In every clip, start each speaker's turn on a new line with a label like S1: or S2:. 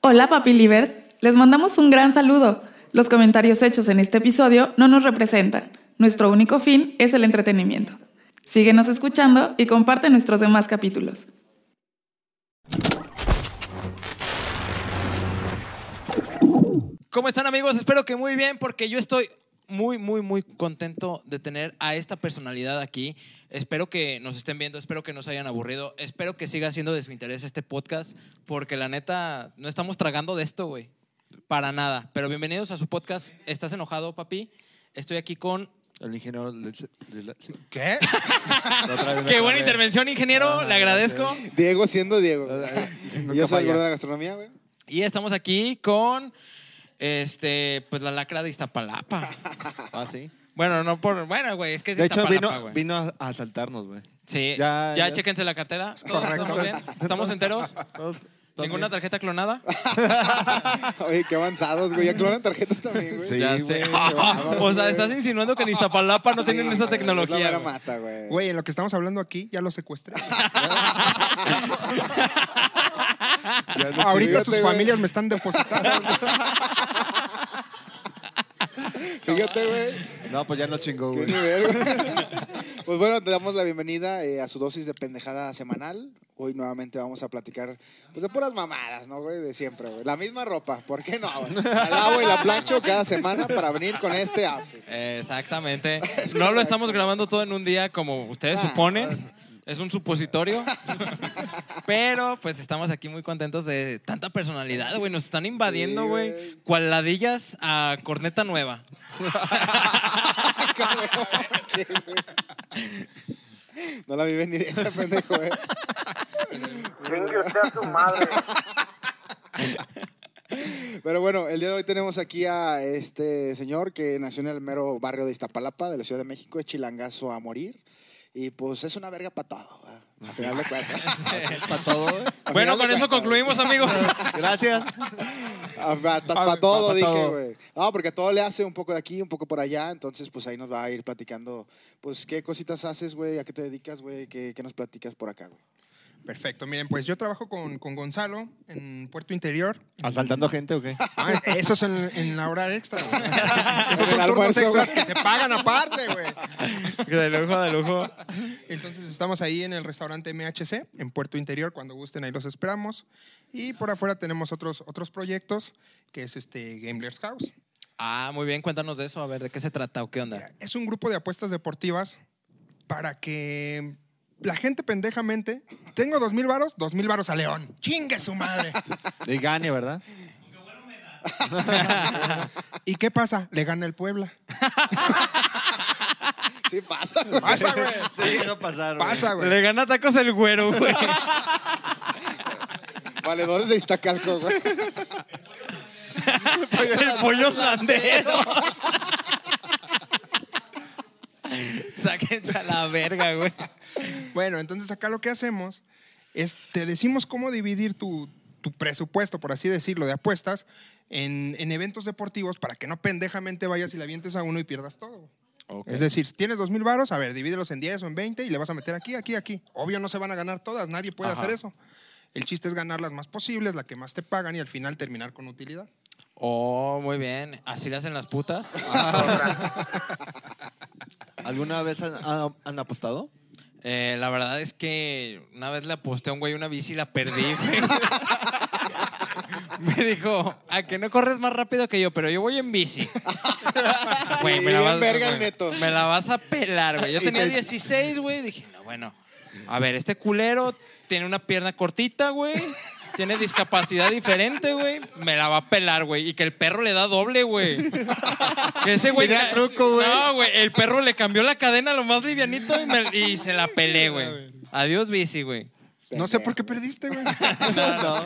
S1: Hola Papilivers, les mandamos un gran saludo. Los comentarios hechos en este episodio no nos representan. Nuestro único fin es el entretenimiento. Síguenos escuchando y comparte nuestros demás capítulos.
S2: ¿Cómo están amigos? Espero que muy bien porque yo estoy muy, muy, muy contento de tener a esta personalidad aquí. Espero que nos estén viendo, espero que no se hayan aburrido, espero que siga siendo de su interés este podcast porque la neta no estamos tragando de esto, güey. Para nada. Pero bienvenidos a su podcast. ¿Estás enojado, papi? Estoy aquí con...
S3: El ingeniero. le- le- le- sí.
S4: ¿Qué?
S3: La otra vez me
S2: Qué buena
S3: acordé.
S2: intervención,
S3: Ah,
S2: ingeniero. Le agradezco.
S4: Diego siendo Diego.
S3: Nunca
S4: Yo soy el
S3: falla.
S4: gordo de la gastronomía, güey.
S2: Y estamos aquí con... Este, pues la lacra de Iztapalapa.
S3: Ah, sí.
S2: Bueno, no por. Bueno, güey, es que es
S3: De hecho,
S2: Iztapalapa,
S3: vino,
S2: güey.
S3: vino a, a asaltarnos, güey.
S2: Sí, ya,
S3: Ya-
S2: ya,
S3: ya.
S2: chéquense la cartera. ¿Todos estamos bien? ¿Estamos enteros?
S3: Todos- todos
S2: ¿Ninguna
S3: bien.
S2: tarjeta clonada?
S4: Oye, qué avanzados, güey. Ya clonan tarjetas también, güey.
S3: Sí,
S2: ya
S3: güey,
S2: sé.
S3: qué
S4: bárbaro,
S2: o sea,
S4: güey.
S2: estás insinuando que en Iztapalapa no tienen esa
S4: Es la
S2: tecnología.
S4: mera
S2: güey.
S4: mata, güey.
S5: Güey, en lo que estamos hablando aquí, ya lo secuestré.
S4: Ya no
S5: Ahorita
S4: sé,
S5: sus
S4: fíjate,
S5: familias me están depositando.
S4: güey. Fíjate, güey.
S3: No, pues ya no chingó,
S4: Qué
S3: güey.
S4: nivel, güey. Pues bueno, te damos la bienvenida eh, a su dosis de pendejada semanal. Hoy nuevamente vamos a platicar pues de puras mamadas, ¿no, güey? De siempre, güey. La misma ropa, ¿por qué no? güey? La lavo y la plancho cada semana para venir con este outfit.
S2: Exactamente. No lo estamos grabando todo en un día como ustedes
S4: Ah,
S2: suponen. Es un supositorio. Pero pues estamos aquí muy contentos de tanta personalidad, güey. Nos están invadiendo,
S4: Sí,
S2: güey.
S4: güey.
S2: cual ladillas a corneta nueva.
S4: Sí, güey. No la vi venir esa pendejo, eh. güey.
S6: Chingue usted a su madre.
S4: Pero bueno, el día de hoy tenemos aquí a este señor que nació en el mero barrio de Iztapalapa, de la Ciudad de México, es chilangazo a morir. Y pues es una verga para todo, güey, a final de cuentas.
S3: Para todo, güey.
S2: Bueno, con eso concluimos, amigos.
S3: Gracias.
S4: Para
S3: Pa-
S4: todo,
S3: pa'
S4: dije,
S3: todo.
S4: güey. No, porque todo le hace un poco de aquí, un poco por allá. Entonces, pues ahí nos va a ir platicando, pues, qué cositas haces, güey, a qué te dedicas, güey, qué, qué nos platicas por acá, güey.
S5: Perfecto, miren, pues yo trabajo con, con Gonzalo en Puerto Interior.
S3: ¿Asaltando gente o qué?
S5: Ah, eso es en, en la hora extra. güey.
S4: En
S5: Esos
S4: el
S5: son turnos
S4: almuerzo,
S5: extras
S4: güey.
S5: que se pagan aparte, güey.
S2: De lujo, de lujo.
S5: Entonces estamos ahí en el restaurante MHC, en Puerto Interior, cuando gusten, ahí los esperamos. Y por afuera tenemos otros, otros proyectos, que es este Gamblers House.
S2: Ah, muy bien, cuéntanos de eso, a ver, ¿de qué se trata o qué onda?
S5: Mira, Es un grupo de apuestas deportivas para que la gente pendejamente. Tengo dos mil varos, dos mil varos a León. Chingue su madre.
S3: Y gane, ¿verdad?
S5: ¿Y qué pasa? Le gana el Puebla.
S4: Sí pasa, güey.
S5: Pasa, güey.
S3: Sí, llegó a pasar, güey.
S5: Pasa, güey.
S2: Le gana tacos el güero, güey.
S4: Valedores de Iztacalco, güey.
S2: el pollo holandero. Sáquense a la verga, güey.
S5: Bueno, entonces acá lo que hacemos es te decimos cómo dividir tu, tu presupuesto, por así decirlo, de apuestas en, en eventos deportivos para que no pendejamente vayas y le avientes a uno y pierdas todo. Es decir, si tienes dos mil varos, a ver, divídelos en 10 o en 20 y le vas a meter aquí, aquí, aquí. Obvio no se van a ganar todas, nadie puede hacer eso. El chiste es ganar las más posibles, la que más te pagan y al final terminar con utilidad.
S2: Oh, muy bien. Así le hacen las putas.
S3: ¿Alguna vez han, han- han apostado?
S2: Eh, la verdad es que una vez le aposté a un güey una bici y la perdí, güey. Me dijo, ¿a que no corres más rápido que yo? Pero yo voy en bici. Güey,
S4: Y bien verga el neto.
S2: me la vas a pelar, güey. Yo
S4: Y
S2: tenía
S4: te-
S2: 16, güey. Dije, no, bueno. A ver, este culero tiene una pierna cortita, güey. Tiene discapacidad diferente, güey. Me la va a pelar, güey. Y que el perro le da doble, güey. Que ese güey.
S3: Tenía
S2: ca-
S3: truco, güey.
S2: No, güey. El perro le cambió la cadena a lo más livianito y, me- y se la pelé, güey. Adiós, bici, güey.
S5: No sé por qué perdiste, güey.
S3: No.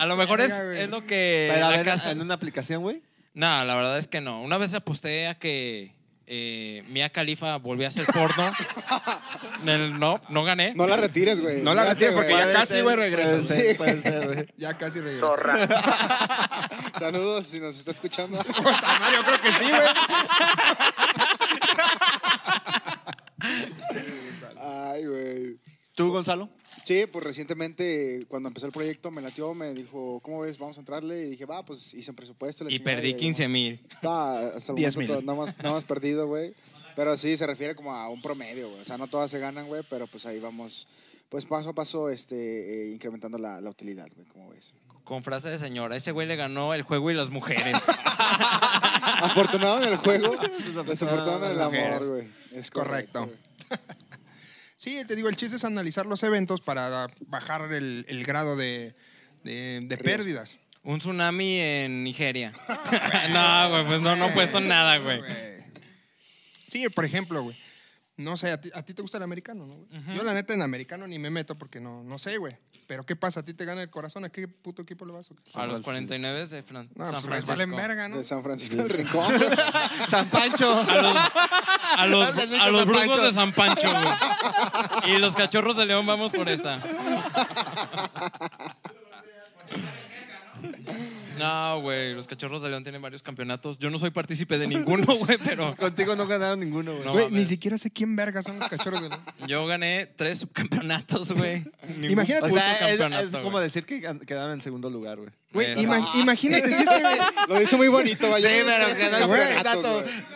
S2: A lo mejor es,
S5: Verga, güey.
S2: es lo que.
S3: Pero a
S2: Eh, la
S3: ver,
S2: casa-
S3: en una aplicación, güey.
S2: No, la verdad es que no. Una vez aposté a que eh, Mia Khalifa volvió a hacer porno. El- no, no gané.
S4: No la retires, güey.
S5: No la retires porque
S4: güey.
S5: ya casi, güey,
S3: regresó.
S5: regresas.
S3: Sí, puede ser, güey.
S5: Ya casi regresé.
S6: Zorra.
S4: Saludos si nos está escuchando.
S5: Yo creo que sí, güey.
S4: Ay, güey.
S3: ¿Tú, Gonzalo?
S4: Sí, pues recientemente cuando empezó el proyecto me latió, me dijo, ¿cómo ves? Vamos a entrarle. Y dije, va, pues hice un presupuesto. la
S2: Y
S4: chingada,
S2: perdí 15 mil.
S4: Está, Ah, hasta el
S5: 10
S4: momento
S5: mil.
S4: todo- nada más, nada más perdido, güey. Pero sí, se refiere como a un promedio, güey. O sea, no todas se ganan, güey, pero pues ahí vamos, pues paso a paso, este, eh, incrementando la, la utilidad, güey, como ves.
S2: Con frase de señora, ese güey le ganó el juego y las mujeres.
S4: Afortunado en el juego,
S3: Desafortunado
S4: desafortunado en el
S3: en las
S4: amor,
S3: mujeres.
S4: güey. Es
S5: Correcto.
S4: güey.
S5: Sí, te digo, el chiste es analizar los eventos para bajar el, el grado de, de- de pérdidas.
S2: Un tsunami en Nigeria. no, güey, pues no, no he puesto nada, güey.
S5: Sí, por ejemplo, güey. No sé, a ti, a ti te gusta el americano, ¿no? güey? Yo la neta en americano ni me meto porque no, no sé, güey. Pero ¿qué pasa? ¿A ti te gana el corazón? ¿A qué puto equipo le vas? o qué?
S2: A los 49 de Fran-
S5: No,
S2: San
S5: pues me
S2: Francisco.
S5: valen verga, ¿no?
S4: De San Francisco del Rincón. güey.
S2: San Pancho. A los, a los,
S3: Francisco
S2: a los
S3: San
S2: brujos
S3: Pancho.
S2: de San Pancho, güey. Y los cachorros de León, vamos por esta. No, güey, los cachorros de León tienen varios campeonatos. Yo no soy partícipe de ninguno, güey, pero
S3: Contigo no ganaron ninguno, güey.
S2: No
S5: Güey,
S2: mames.
S5: ni siquiera sé quién verga son los cachorros de...
S2: yo gané tres subcampeonatos, güey. Ningún
S5: Imagínate,
S2: puto
S5: o sea,
S3: Es,
S2: campeonato,
S3: es como
S2: güey.
S3: decir que gan- quedaron en segundo lugar, güey.
S5: Güey,
S2: Neta.
S5: ima- imagínate si este... güey-
S4: Lo dice muy bonito, vaya.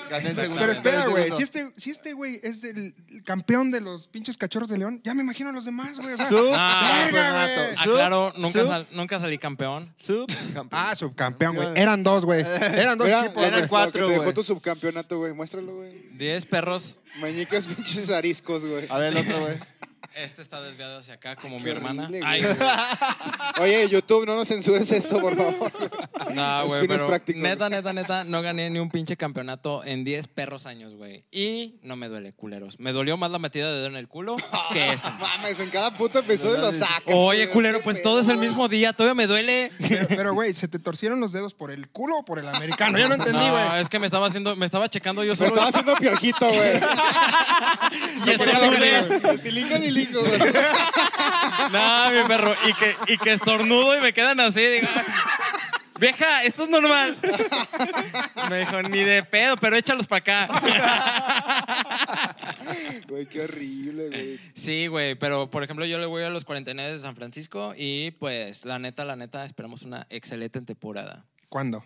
S3: Gané en segundo
S5: Pero
S3: gané
S5: espera,
S3: en
S5: güey.
S3: segundo.
S5: Si este, si este güey es el el campeón de los pinches cachorros de León, ya me imagino a los demás, güey. o sea,
S3: Su-
S5: verga,
S3: campeonato.
S5: güey. Ah,
S3: Sub-
S2: Aclaro, Ah, nunca,
S3: sub-
S2: sal- nunca salí campeón.
S3: Subcampeón.
S5: Ah, subcampeón, güey. Eran dos, güey. Eran dos
S4: Mira,
S5: equipos,
S4: lo que-
S3: eran
S5: güey.
S4: lo que
S3: cuatro,
S4: Te
S3: güey.
S4: dejó tu subcampeonato, güey. Muéstralo, güey.
S2: Diez perros.
S4: Meñiques pinches ariscos, güey.
S3: A ver el otro, güey.
S2: Este está desviado hacia acá, como mi
S4: qué
S2: hermana.
S4: horrible,
S2: Ay,
S4: güey.
S2: güey.
S4: Oye, YouTube, no nos censures esto, por favor.
S2: No,
S4: Los
S2: güey,
S4: fines
S2: pero
S4: prácticos.
S2: neta, neta, neta, no gané ni un pinche campeonato en 10 perros años, güey. Y no me duele, culeros. Me dolió más la metida de dedo en el culo que eso.
S4: Mames, en cada puto episodio lo sacas.
S2: Oye,
S4: güey.
S2: culero,
S4: Qué
S2: pues
S4: pedo.
S2: todo es el mismo día, todavía me duele.
S5: Pero- Pero, güey, se te torcieron los dedos por el culo o por el americano. Ya no entendí, güey.
S2: No, es que me estaba haciendo, me estaba checando yo
S4: Me
S2: solo.
S4: estaba haciendo piojito, güey.
S2: Y estornudé.
S4: Tilingo ni lingo, güey.
S2: No, mi perro. Y que, y que estornudo y me quedan así. digo, Vieja, esto es normal. Me dijo, ni de pedo, pero échalos para acá.
S4: Güey, qué horrible, güey.
S2: Sí, güey, pero por ejemplo yo le voy a los 49 de San Francisco y pues la neta, la neta, esperamos una excelente temporada.
S5: ¿Cuándo?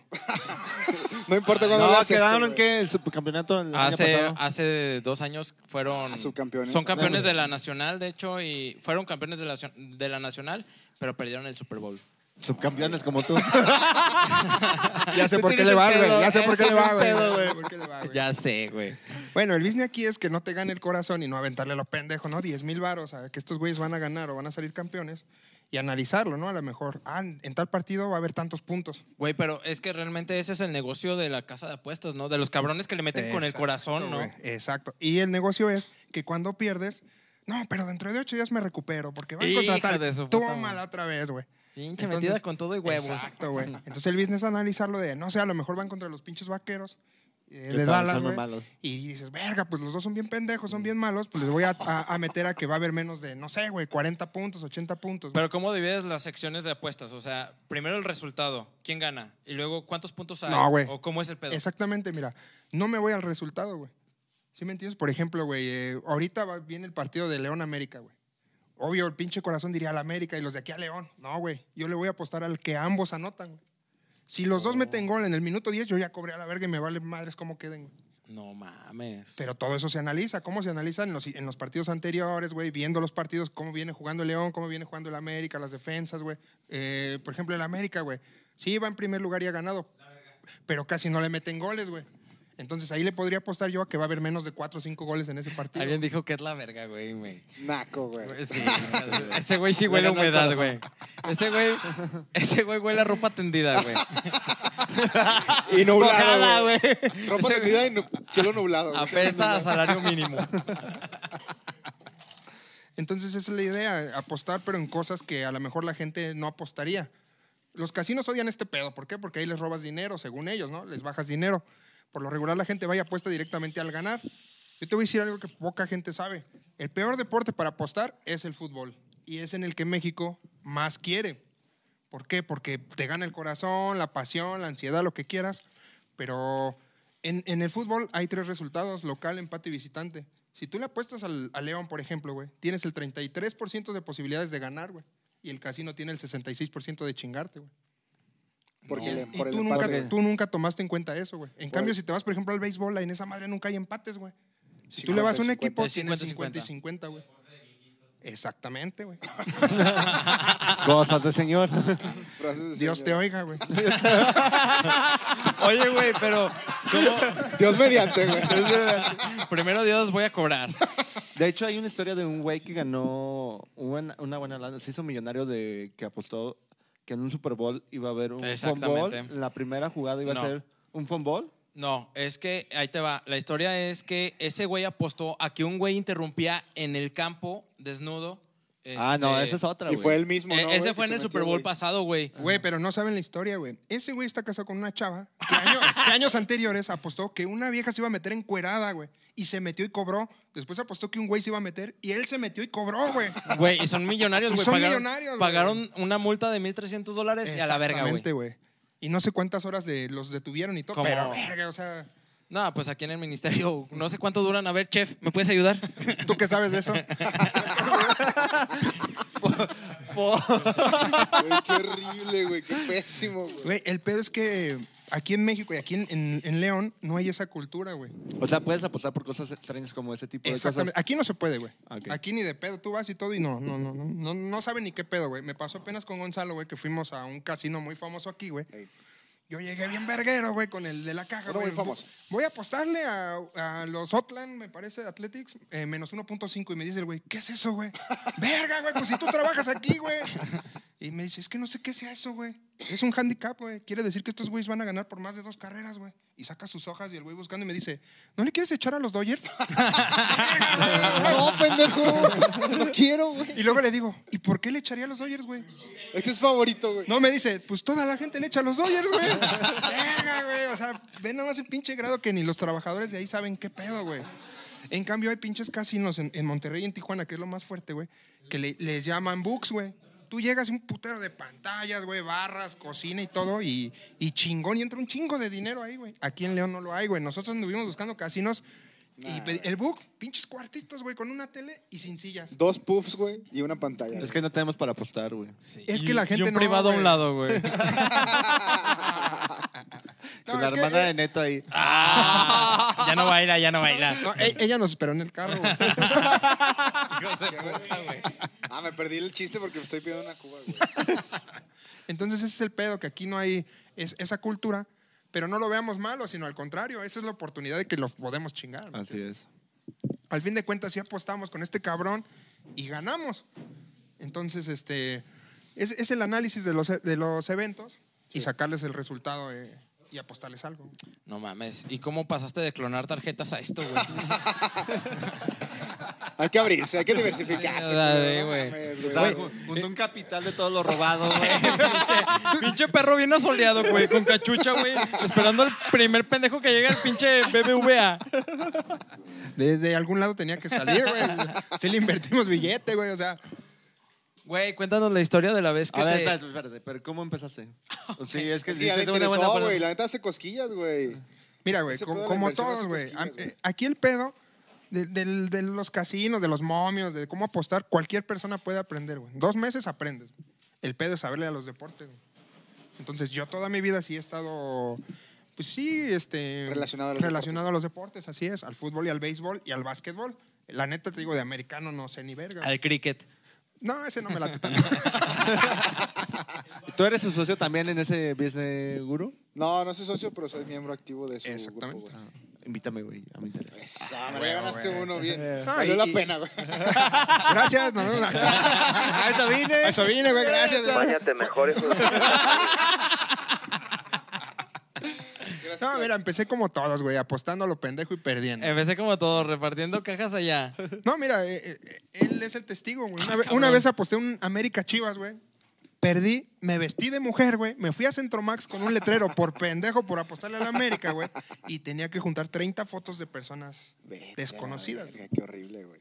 S4: No importa cuándo
S3: No,
S4: veas
S3: quedaron
S4: esto,
S3: en qué? El subcampeonato el año
S2: Hace,
S3: pasado.
S2: hace dos años fueron...
S4: Ah, subcampeones.
S2: Son campeones de la Nacional, de hecho, y fueron campeones de la, de la Nacional, pero perdieron el Super Bowl.
S3: Subcampeones como tú.
S5: Ya sé
S3: Tú
S5: por qué
S3: tienes
S5: le
S3: un
S5: vas,
S3: pedo,
S5: güey. Ya sé
S3: él
S5: por qué le
S3: tiene
S5: va,
S3: un
S5: güey.
S3: pedo, güey.
S5: Ya sé por qué le va, Ah, güey.
S2: Ya sé, güey.
S5: Bueno, el business aquí es que no te gane el corazón y no aventarle a lo pendejo, ¿no? 10 mil varos, a que estos güeyes van a ganar o van a salir campeones y analizarlo, ¿no? A lo mejor, ah, en tal partido va a haber tantos puntos.
S2: Güey, pero es que realmente ese es el negocio de la casa de apuestas, ¿no? De los cabrones que le meten con el
S5: Exacto,
S2: corazón, ¿no?
S5: güey, Exacto. Y el negocio es que cuando pierdes, no, pero dentro de ocho días me recupero porque van a
S2: Hija
S5: contratar.
S2: de su puta madre.
S5: Tómala otra vez, güey.
S2: Pinche
S5: Entonces-
S2: metida con todo y huevos.
S5: Exacto, güey. Entonces el business analizarlo de, no sé, a lo mejor van contra los pinches vaqueros. eh,
S3: Que
S5: de
S3: estaban-
S5: Dallas,
S3: son muy
S5: güey.
S3: malos.
S5: Y dices, verga, pues los dos son bien pendejos, son bien malos, pues les voy a, a- a meter a que va a haber menos de, no sé, güey, 40 puntos, 80 puntos. güey.
S2: Pero ¿cómo divides las secciones de apuestas? O sea, primero el resultado, ¿quién gana? Y luego, ¿cuántos puntos hay?
S5: No, güey.
S2: ¿O cómo es el pedo?
S5: Exactamente, mira, no me voy al resultado, güey. ¿Sí me entiendes? Por ejemplo, güey, eh, ahorita va- viene el partido de León América, güey. Obvio, el pinche corazón diría al América y los de aquí a León. No, güey, yo le voy a apostar al que ambos anotan, güey. Si los dos meten gol en el minuto 10, yo ya cobré a la verga y me vale madres cómo queden, güey.
S2: No mames.
S5: Pero todo eso se analiza. ¿Cómo se analiza en los, en los partidos anteriores, güey? Viendo los partidos, cómo viene jugando el León, cómo viene jugando el América, las defensas, güey. Eh, por ejemplo, el América, güey. Sí, va en primer lugar y ha ganado. Pero casi no le meten goles, güey. Entonces ahí le podría apostar yo a que va a haber menos de 4 o 5 goles en ese partido.
S2: Alguien dijo que es la verga, güey. me-
S4: Naco, güey.
S2: Sí, ese güey sí huele a
S3: Le ganó el
S2: humedad, güey.
S3: corazón.
S2: Ese güey, ese güey huele a ropa tendida, güey.
S3: Mojada,
S4: Y nublado,
S3: güey.
S4: güey. Ropa
S2: Ese-
S4: tendida y nu- cielo nublado, güey.
S2: Apesta a salario mínimo.
S5: Entonces esa es la idea, apostar pero en cosas que a lo mejor la gente no apostaría. Los casinos odian este pedo, ¿por qué? Porque ahí les robas dinero, según ellos, ¿no? Les bajas dinero. Por lo regular la gente va y apuesta directamente al ganar. Yo te voy a decir algo que poca gente sabe. El peor deporte para apostar es el fútbol y es en el que México más quiere. ¿Por qué? Porque te gana el corazón, la pasión, la ansiedad, lo que quieras. Pero en, en el fútbol hay tres resultados, local, empate y visitante. Si tú le apuestas al, a León, por ejemplo, güey, tienes el 33% de posibilidades de ganar, güey. Y el casino tiene el 66% de chingarte, güey.
S4: Porque le-
S5: Y
S4: por el
S5: tú nunca,
S4: empate.
S5: tú nunca tomaste en cuenta eso, güey. En
S4: Por-
S5: cambio, si te vas, por ejemplo, al béisbol, ahí en esa madre nunca hay empates, güey. Si tú
S4: 50,
S5: le vas a un
S4: 50,
S5: equipo,
S2: es
S5: tienes 50
S2: 50.
S5: y 50, güey. Exactamente, güey.
S3: Cosas de señor.
S4: Frases de
S5: Dios te
S4: señor.
S5: oiga, güey.
S2: Oye, güey, pero ¿cómo?
S4: Dios mediante, güey.
S2: Primero Dios, voy a cobrar.
S3: De hecho, hay una historia de un güey que ganó una, una buena lana. Se hizo millonario de que apostó que en un Super Bowl iba a haber un fútbol.
S2: Exactamente.
S3: La primera jugada iba
S2: No.
S3: a ser un fútbol.
S2: No, es que ahí te va. La historia es que ese güey apostó a que un güey interrumpía en el campo desnudo.
S3: Ah, no,
S2: este,
S3: esa es otra,
S4: Y
S3: güey.
S4: fue el mismo,
S2: eh,
S4: ¿no?
S2: ese
S4: güey,
S2: fue
S4: que
S2: en
S4: se
S2: el
S4: metió,
S2: Super Bowl
S4: güey?
S2: pasado, güey.
S5: Güey, pero no saben la historia, güey. Ese güey está casado con una chava que años, que años anteriores apostó que una vieja se iba a meter encuerada, güey. Y se metió y cobró. Después apostó que un güey se iba a meter y él se metió y cobró, güey.
S2: Güey, y son millonarios,
S5: Y
S2: güey.
S5: son
S2: pagaron,
S5: millonarios, güey.
S2: Pagaron una multa de 1.300 dólares y a la verga, güey.
S5: Exactamente, güey. Y no sé cuántas horas de, los detuvieron y todo.
S2: Como-
S5: Pero, verga, o sea,
S2: No, pues aquí en el ministerio, no sé cuánto duran. A ver, chef, ¿me puedes ayudar?
S5: ¿tú qué sabes de eso?
S4: Güey, Qué horrible, güey. Qué pésimo, güey.
S5: Güey, el pedo es que aquí en México y aquí en, en- en León no hay esa cultura, güey.
S3: O sea, puedes apostar por cosas extrañas como ese tipo de cosas.
S5: Exactamente. Aquí no se puede, güey.
S3: Ok.
S5: Aquí ni de pedo. Tú vas y todo y no, no, no, no, no, no sabe ni qué pedo, güey. Me pasó apenas con Gonzalo, güey, que fuimos a un casino muy famoso aquí, güey. Yo llegué bien verguero, güey, con el de la caja,
S4: Uno
S5: güey.
S4: muy famoso.
S5: Voy a apostarle a, a los Hotland, me parece, Athletics, eh, menos 1.5. Y me dice el güey, ¿qué es eso, güey? Verga, güey, pues si tú trabajas aquí, güey. Y me dice, es que no sé qué sea eso, güey. Es un handicap, güey. Quiere decir que estos güeyes van a ganar por más de dos carreras, güey. Y saca sus hojas y el güey buscando y me dice, ¿no le quieres echar a los Dodgers?
S4: No, pendejo. No quiero, güey.
S5: Y luego le digo, ¿y por qué le echaría a los Dodgers, güey?
S4: Ese es favorito, güey.
S5: No, me dice, pues toda la gente le echa a los Dodgers, güey. Verga, güey. O sea, ven nomás el pinche grado que ni los trabajadores de ahí saben qué pedo, güey. En cambio, hay pinches casinos en, en Monterrey y en Tijuana, que es lo más fuerte, güey, que le- les llaman books, güey. Tú llegas y un putero de pantallas, güey, barras, cocina y todo, y, y chingón, y entra un chingo de dinero ahí, güey. Aquí en León no lo hay, güey. Nosotros anduvimos buscando casinos y pe- el book, pinches cuartitos, güey, con una tele y sin sillas.
S4: Dos puffs, güey, y una pantalla.
S3: Es que no tenemos para apostar, güey.
S5: Es que la gente
S2: y un
S5: no,
S2: privado a
S5: güey.
S2: un lado, güey.
S5: No,
S3: Con la
S5: es que,
S3: hermana
S5: eh,
S3: de Neto ahí.
S2: Ah, ya no baila, ya no baila.
S5: No, e- ella nos esperó en el carro. güey.
S2: Hijos de puta, güey.
S4: Ah, me perdí el chiste porque me estoy pidiendo una cuba, güey.
S5: Entonces ese es el pedo, que aquí no hay es- esa cultura, pero no lo veamos malo, sino al contrario, esa es la oportunidad de que lo podemos chingar. ¿no?
S3: Así es.
S5: Al fin de cuentas sí apostamos con este cabrón y ganamos. Entonces, este, es, es el análisis de los, e- de los eventos y sacarles el resultado eh, y apostarles algo.
S2: No mames. ¿Y cómo pasaste de clonar tarjetas a esto, güey?
S4: Hay que abrirse, hay que diversificarse.
S2: Dale,
S4: no
S2: güey.
S4: mames,
S3: O sea, junto un capital de todo lo robado, güey.
S2: pinche, pinche perro bien asoleado, güey, con cachucha, güey, esperando al primer pendejo que llegue al pinche BBVA.
S5: De, de algún lado tenía que salir, güey. Si le invertimos billete, güey, o sea...
S2: Güey, cuéntanos la historia de la vez que
S3: A ver,
S2: te-
S3: espérate, espérate, pero ¿cómo empezaste? Sí, es que
S4: Es que ya le
S3: dices una buena
S4: interesó,
S3: palabra.
S4: güey. La neta hace cosquillas, güey.
S5: Mira, güey,
S4: Ese
S5: como,
S4: pedo de la
S5: como
S4: inversión
S5: todos,
S4: hace
S5: güey.
S4: cosquillas,
S5: A-
S4: güey.
S5: eh, Aquí el pedo de, del- de los casinos, de los momios, de cómo apostar, cualquier persona puede aprender, güey. En Dos meses aprendes. El pedo es saberle a los deportes, güey. Entonces, yo toda mi vida sí he estado, pues sí, este...
S4: Relacionado a los
S5: relacionado a los deportes, así es. Al fútbol y al béisbol y al básquetbol. La neta, te digo, de americano no sé ni verga. güey.
S2: al cricket.
S5: No, ese no me late tanto.
S3: ¿Tú eres su socio también en ese business guru?
S4: No, no soy socio, pero soy miembro activo de su grupo,
S5: Exactamente.
S4: güey. Pues.
S3: Ah, invítame, güey, a mi interés.
S4: Eso, hombre, ya ganaste uno bien.
S5: Ah,
S4: Valió
S5: y-
S4: la
S5: y-
S4: pena, güey.
S5: gracias, no, no, no.
S3: ¡A eso vine!
S5: A Eso vine, güey, gracias. güey.
S6: Báñate mejor, hijo de-
S5: No, mira, empecé como todos, güey, apostando a lo pendejo y perdiendo.
S3: Eh.
S2: Empecé como todo, repartiendo cajas allá.
S5: No, mira, eh, eh, eh, él es el testigo,
S3: Ah,
S5: güey. Una, ve- una vez aposté un América Chivas, güey. Perdí, me vestí de mujer, güey. Me fui a Centromax con un letrero por pendejo por apostarle a la América, güey. Y tenía que juntar 30 fotos de personas
S4: Vete a la
S5: desconocidas
S4: verga, Qué horrible, güey.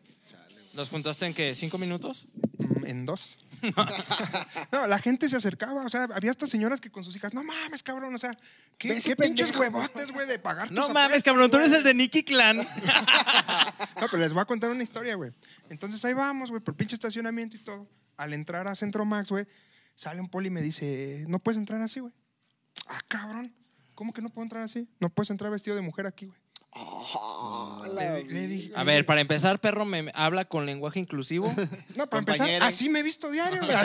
S2: ¿Los juntaste en qué? ¿Cinco minutos?
S3: Pues
S5: Mm, en dos. no, la gente se acercaba, o sea, había estas señoras que con sus hijas, no mames, cabrón, o sea, qué,
S4: Ve ese
S5: qué pinches
S4: pendejo".
S5: huevotes, güey, de pagar
S2: No
S5: tus
S2: mames,
S5: apuestas,
S2: cabrón, tú
S5: güey.
S2: eres el de Nicky Clan.
S5: No, pero les voy a contar una historia, güey. Entonces ahí vamos, güey, por pinche estacionamiento y todo. Al entrar a Centro Max, güey, sale un poli y me dice, no puedes entrar así, güey. Ah, cabrón. ¿Cómo que no puedo entrar así? No puedes entrar vestido de mujer aquí, güey. Le, le dije,
S2: A ver, para empezar, perro me habla con lenguaje inclusivo.
S5: no, para empezar,
S3: compañera.
S5: así me he visto diario, güey.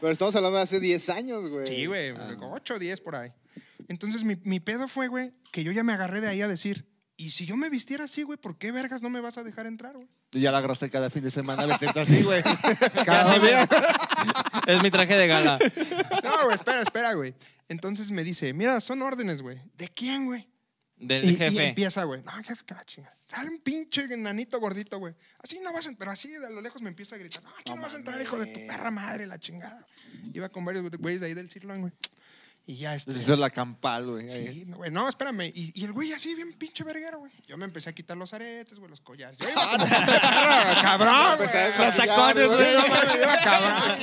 S4: Pero estamos hablando de hace 10 años, güey.
S5: Sí, ah, güey, 8 o 10 por ahí. Entonces mi, mi pedo fue, güey, que yo ya me agarré de ahí a decir, y si yo me vistiera así, güey, ¿por qué vergas no me vas a dejar entrar, güey?
S3: Tú ya la agarraste cada fin de semana vestirte así, güey. Cada
S2: Ya sé,
S3: día.
S2: es mi traje de gala.
S5: No, güey, espera, espera, güey. Entonces me dice, mira, son órdenes, güey. ¿De quién, güey?
S2: Del
S5: Y, y
S2: jefe.
S5: empieza, güey. No, jefe, que la chinga. Sale un pinche nanito gordito, güey. Así no vas a entrar. Así de a lo lejos me empieza a gritar. No, aquí no, vas a entrar, hijo de tu perra madre, la chingada. Iba con varios güeyes de ahí del Cirlón, güey. Y ya este.
S3: Eso es la campal, güey.
S5: Sí, no, güey, no, espérame. Y, y el güey así, bien pinche verguero, güey. Yo me empecé a quitar los aretes, güey, los collares. Yo iba como pinche perro, cabrón,
S4: Empecé a
S5: güey.
S2: Los tacones, güey.
S5: No mames, yo iba cabrón.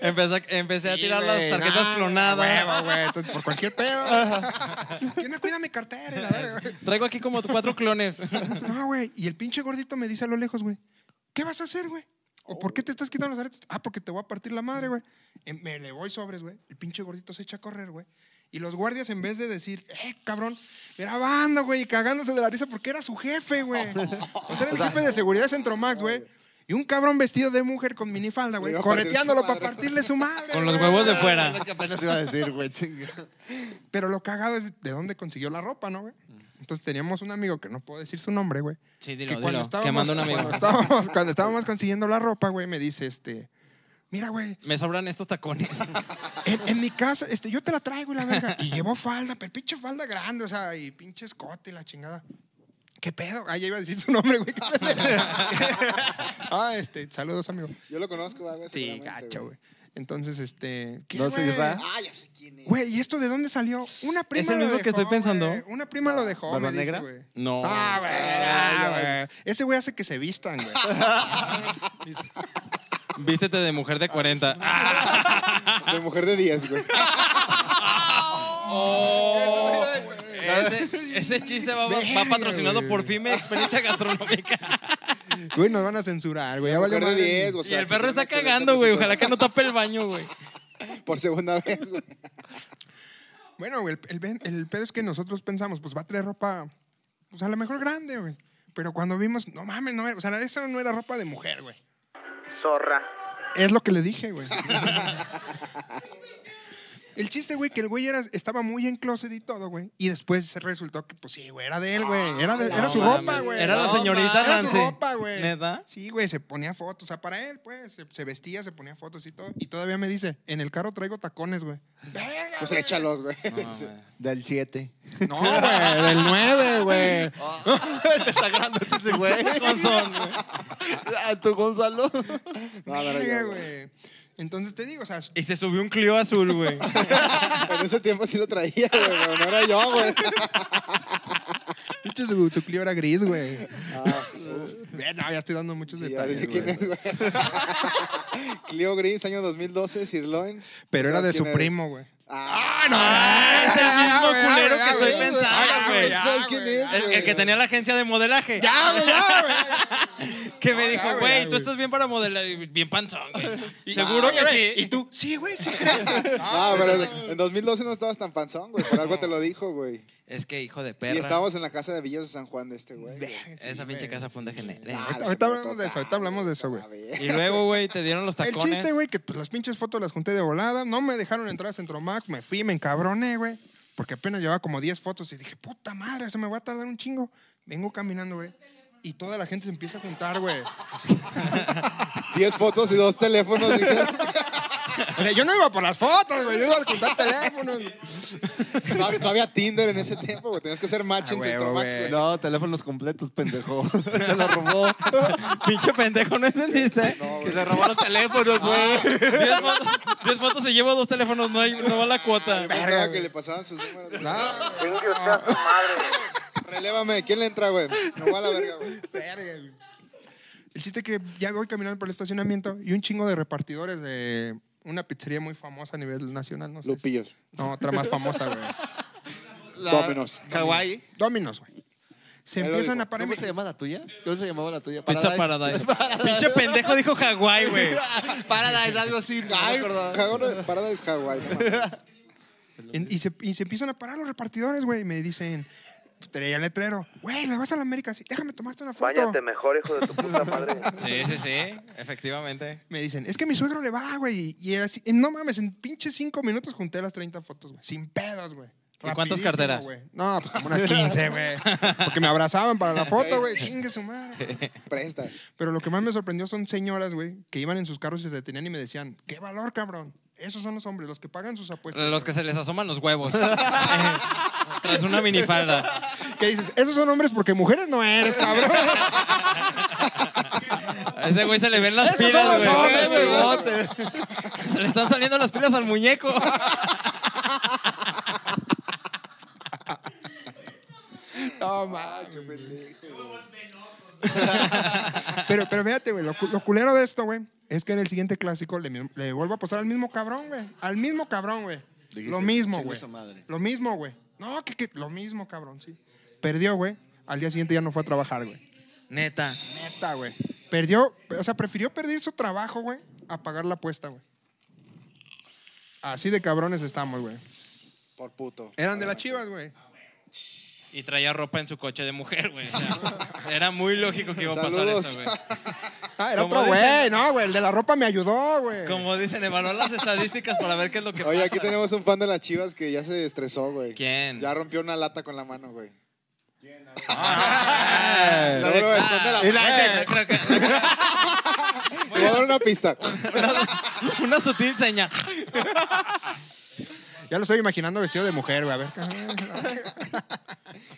S2: Empezó- empecé a
S5: Sí,
S2: tirar
S5: güey,
S2: las tarjetas
S5: no,
S2: clonadas.
S5: huevo, güey, entonces, por cualquier pedo. ¿Quién me cuida mi cartera? y La verga, güey.
S2: Traigo aquí como cuatro clones.
S5: No, güey. Y el pinche gordito me dice a lo lejos, güey, ¿qué vas a hacer, güey? ¿O por qué te estás quitando los aretes? Ah, porque te voy a partir la madre, güey. Eh, Me le voy sobres, güey. El pinche gordito se echa a correr, güey. Y los guardias, en vez de decir, eh, cabrón, grabando, güey, y cagándose de la risa porque era su jefe, güey. O sea, era el jefe de seguridad de Centromax, güey. Y un cabrón vestido de mujer con minifalda, güey,
S4: Le iba a partir su
S5: correteándolo para
S4: madre.
S5: partirle su madre.
S2: Con los
S5: güey.
S2: huevos de fuera.
S3: Es que apenas iba a decir, güey, chinga.
S5: Pero lo cagado es de dónde consiguió la ropa, ¿no, güey? Entonces teníamos un amigo que no puedo decir su nombre, güey.
S2: Mm. Sí,
S5: que
S2: dilo,
S5: cuando
S2: dilo.
S5: estábamos-
S2: Que manda un amigo.
S5: Cuando estábamos, cuando estábamos consiguiendo la ropa, güey, me dice, este, mira, güey,
S2: Me sobran estos tacones.
S5: en, en mi casa, este, yo te la traigo y la verga. Y llevó falda, pero pinche falda grande, o sea, y pinche escote y la chingada. ¿Qué pedo? Ah, ya iba a decir su nombre, güey. ah, este, saludos, amigo.
S4: Yo lo conozco, güey.
S5: Sí,
S4: seguramente,
S5: gacho, güey. Entonces, este, ¿qué,
S3: No sé,
S5: güey?
S3: ¿verdad?
S4: Ah, ya sé quién es.
S5: Güey, ¿y esto de dónde salió? Una prima
S2: el
S5: lo
S2: mismo que
S5: dejó,
S2: estoy pensando.
S5: güey. Una prima lo dejó,
S3: ¿Barba
S5: me dice,
S3: negra?
S5: güey.
S2: No.
S5: Ah, güey, ah, güey. Ese güey hace que se vistan, güey.
S2: Vístete de mujer de 40. Ah,
S4: De mujer de 10, güey.
S5: Ah,
S2: ese, ese chiste va, va
S5: Verga,
S2: patrocinado
S5: güey.
S2: por FIME Experiencia Gastronómica.
S5: Güey, nos van a censurar, güey. Ya valió
S4: mujer de
S5: madre.
S4: 10, o
S2: Y
S4: sea.
S2: el perro
S4: que tiene
S2: está
S4: excelente
S2: cagando, güey. Ojalá
S4: presupuesto.
S2: que no tape el baño, güey.
S4: Por segunda vez, güey.
S5: Bueno, güey, el, el, el pedo es que nosotros pensamos, pues va a traer ropa, pues a lo mejor grande, güey. Pero cuando vimos, no mames, no, era- o sea, eso no era ropa de mujer, güey.
S6: Zorra.
S5: Es lo que le dije, güey. El chiste, güey, que el güey era, estaba muy en closet y todo, güey. Y después resultó que, pues sí, güey, era de él, güey. Era, de- era su
S2: mames.
S5: ropa, güey.
S2: Era la
S5: No,
S2: señorita
S5: Era su
S2: Nancy.
S5: ropa, güey.
S2: ¿Neta?
S5: Sí, güey, se ponía fotos. O sea, para él, pues, se, se vestía, se ponía fotos y todo. Y todavía me dice, en el carro traigo tacones, güey. Verga,
S4: Pues
S5: güey.
S4: échalos, güey. Sí.
S3: Del 7.
S5: No, güey, del 9, güey.
S3: Te está grabando
S5: este
S3: ese güey.
S2: Gonzón, güey.
S4: Ah,
S3: ¿A tu Gonzalo?
S4: No, no, no,
S5: Verga,
S4: ya, güey.
S5: güey. Entonces te digo, o sea,
S2: Y se subió un Clio azul, güey.
S4: En ese tiempo sí lo traía, güey. pero No era yo, güey.
S5: pinche su, su Clio era gris, güey. Ve, no, ya estoy dando muchos
S4: Sí, ya
S5: detalles.
S4: dice quién
S5: güey.
S4: es, güey. Clio Gris, año 2012, Sirloin.
S5: Pero era de
S4: ¿Sabes
S5: su
S4: quién eres?
S5: primo, güey.
S4: Ah,
S2: Ah, es el mismo
S5: güey,
S2: culero
S5: ya,
S2: que estoy
S5: güey,
S2: pensando,
S5: ya,
S2: güey.
S5: ya,
S4: ¿Sabes quién es,
S2: El, el que
S4: güey?
S2: tenía la agencia de modelaje.
S5: Ya, güey, ya, güey.
S2: Que me dijo,
S5: ya, güey,
S2: güey,
S5: ya,
S2: tú
S5: güey".
S2: estás bien para modelar. y Bien panzón, güey. Seguro que sí.
S5: Y tú, sí, güey, sí creo.
S2: Ah,
S4: No, pero en 2012 no estabas tan panzón, güey. Por algo te lo dijo, güey.
S2: Es que hijo de perra.
S4: Y estábamos en la casa de Villas de San Juan de este, güey.
S2: Esa pinche casa fue un degenerado.
S4: Ah, la
S5: Ahorita- ahorita
S4: sobre
S5: hablamos
S4: todo.
S5: de eso, ahorita hablamos de eso, güey.
S4: A ver.
S2: Y luego, güey, te dieron los
S5: El
S2: tacones.
S5: chiste, güey, que pues, las pinches fotos las junté de volada. No me dejaron entrar a Centromax, me fui, me encabroné, güey. Porque apenas llevaba como 10 fotos y dije, puta madre, se me va a tardar un chingo. Vengo caminando, güey. Y toda la gente se empieza a juntar, güey.
S4: Diez fotos y dos teléfonos. dijeron.
S5: O sea, yo no iba por las fotos, güey. Yo iba a juntar teléfonos.
S4: No, no había Tinder en ese tiempo, güey. Tenías que hacer match
S5: Ah,
S4: en
S5: güey,
S4: Centromax,
S5: güey.
S4: güey.
S3: No, teléfonos completos, pendejo. Se lo robó.
S2: Pinche pendejo, ¿no entendiste?
S3: que se robó los teléfonos, güey.
S2: Diez fotos, diez fotos se llevo dos teléfonos, no, hay, no va la cuota.
S4: Pensaba que le pasaban sus números. güey.
S5: Ah,
S6: Indio sea tu madre.
S4: Relévame, ¿quién le entra, güey? No va a la verga, güey.
S5: verga, güey. El chiste que ya voy caminando por el estacionamiento y un chingo de repartidores de una pizzería muy famosa a nivel nacional, no sé.
S4: Lupillos.
S5: No, otra más famosa, güey.
S4: Dominos.
S2: Hawái.
S5: Dominos, güey. se
S4: Ya lo
S5: empiezan
S4: dijo.
S5: a parar.
S3: ¿Cómo se llama la tuya? ¿Cómo se llamaba la tuya?
S2: Pizza Paradise. Pinche pendejo dijo Hawái, güey.
S3: Paradise, algo así. No me
S4: Ay,
S3: acordaba.
S4: Hawái, parada es Hawái. no mames.
S5: En- y, se, y se empiezan a parar los repartidores, güey. y Me dicen, traía el letrero, güey, le vas a la América, sí, déjame tomarte una foto.
S6: Báñate mejor, hijo de tu puta madre.
S2: Sí, sí, sí. Efectivamente.
S5: Me dicen, es que mi suegro le va, güey. Y era así, y no mames, en pinche cinco minutos junté las 30 fotos, güey. Sin pedos, güey.
S2: ¿Y cuántas
S5: Rapidísimo,
S2: carteras?
S5: güey. No, pues como unas 15, güey. Porque me abrazaban para la foto, güey. Chingue su madre.
S4: Presta.
S5: Pero lo que más me sorprendió son señoras, güey, que iban en sus carros y se detenían y me decían, qué valor, cabrón. Esos son los hombres, los que pagan sus apuestas.
S2: Los que se les asoman los huevos. Tras una minifalda.
S5: ¿Qué dices? Esos son hombres porque mujeres no eres, cabrón.
S2: A ese güey se le ven las
S5: Esos son
S2: pilas,
S5: los hombres,
S2: güey.
S5: güey.
S2: Se le están saliendo las pilas al muñeco.
S4: No, ma, qué pendejo.
S5: Pero, pero fíjate, güey, lo, cu- lo culero de esto, güey, es que en el siguiente clásico le, mi- le vuelvo a apostar al mismo cabrón, güey. Al mismo cabrón, güey.
S3: Dijiste,
S5: Lo mismo,
S3: "Chingue
S5: güey.
S3: su madre".
S5: Lo mismo, güey. No, que, que lo mismo, cabrón, sí. Perdió, güey. Al día siguiente ya no fue a trabajar, güey.
S2: Neta.
S5: Neta, güey. Perdió, o sea, prefirió perder su trabajo, güey, a pagar la apuesta, güey. Así de cabrones estamos, güey.
S4: Por puto.
S5: Eran de las chivas, güey.
S2: Y traía ropa en su coche de mujer, güey. O sea, era muy lógico que iba a pasar
S4: Saludos.
S2: eso, güey.
S5: Ah, era
S2: Como
S5: otro
S2: dicen-
S5: güey. No, güey, el de la ropa me ayudó, güey.
S2: Como dicen, evaluar las estadísticas para ver qué es lo que
S4: Oye,
S2: pasa.
S4: aquí tenemos un fan de las chivas que ya se estresó, güey.
S2: ¿Quién?
S4: Ya rompió una lata con la mano, güey.
S2: Ah,
S4: No, no,
S5: este,
S4: esconde la-
S2: y la- creo que-
S4: Te voy a dar una pista.
S2: una, una sutil señal.
S5: Ya lo estoy imaginando vestido de mujer, güey. A ver.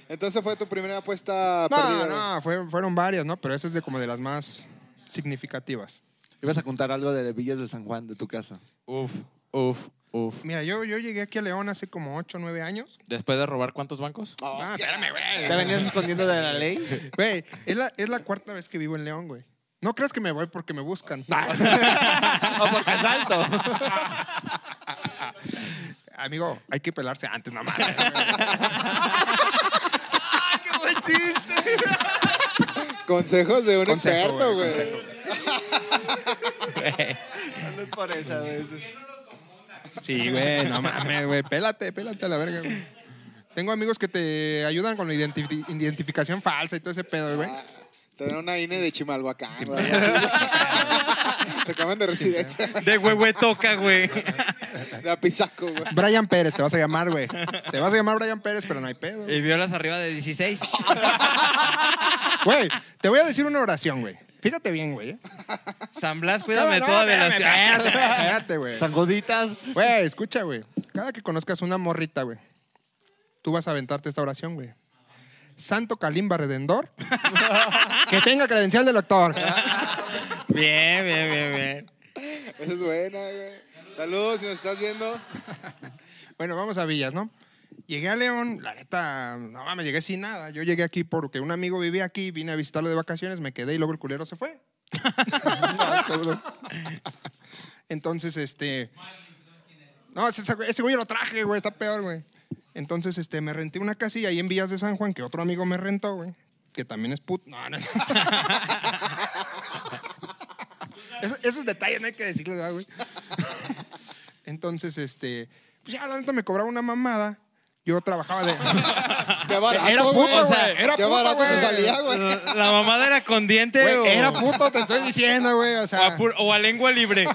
S4: Entonces fue tu primera apuesta perdida.
S5: No,
S4: güey.
S5: no, fue- fueron varias, ¿no? Pero esa es de como de las más significativas.
S3: Ibas a contar algo de Villas de San Juan, de tu casa.
S2: Uf, uf, uf.
S5: Mira, yo, yo llegué aquí a León hace como 8 o 9 años.
S2: Después de robar cuántos bancos?
S5: Ah, espérame,
S4: Eh.
S5: güey.
S3: ¿Te venías escondiendo de la ley?
S5: Güey, es la, es la cuarta vez que vivo en León, güey. No creas que me voy porque me buscan.
S3: ¿O porque asalto?
S5: Amigo, hay que pelarse antes, no más.
S4: Consejos de un
S5: Consejo,
S4: experto,
S5: güey,
S4: güey.
S3: No es por esa vez.
S5: Sí, güey, no mames, güey. Pélate, pélate a la verga, güey. Tengo amigos que te ayudan con la identifi- identificación falsa y todo ese pedo, güey.
S4: Ah, Tener una INE de Chimalhuacán, güey. Te cambian de residencia.
S2: De huevo toca, güey.
S4: De Apizaco, güey.
S5: Brian Pérez, te vas a llamar, güey. Te vas a llamar Brian Pérez, pero no hay pedo.
S2: Y violas arriba de 16.
S5: Güey, te voy a decir una oración, güey. Fíjate bien, güey. ¿eh?
S2: San Blas,
S5: Cada-
S2: cuídame
S5: no,
S2: toda
S5: espérame,
S2: velocidad.
S5: espérate, Espérate,
S4: Eh.
S5: güey.
S3: San Goditas.
S5: Güey, escucha, güey. Cada que conozcas una morrita, güey, tú vas a aventarte esta oración, güey. Santo Calimba Redendor. que tenga credencial del doctor.
S2: Bien, bien, bien, bien.
S4: Esa es buena, güey. Saludos si nos estás viendo.
S5: Bueno, vamos a Villas, ¿no? Llegué a León, la neta, no mames, llegué sin nada. Yo llegué aquí porque un amigo vivía aquí, vine a visitarlo de vacaciones, me quedé y luego el culero se fue. Entonces, este. No, ese, ese güey yo lo traje, güey, está peor, güey. Entonces, este, me renté una casilla ahí en Villas de San Juan que otro amigo me rentó, güey. Que también es puto. No, no. Esos, esos detalles no hay que decirles, ¿verdad, güey. Entonces, este, pues ya la neta me cobraba una mamada. Yo trabajaba de.
S4: Qué barato,
S5: Era puto,
S4: güey.
S5: güey. Era
S4: Qué
S5: puto,
S4: barato
S5: Ah, güey.
S4: me salía, güey.
S2: La mamada era con diente o,
S5: Güey, era puto, te estoy diciendo, güey. O
S2: o a
S5: sea,
S2: pur- o a lengua libre.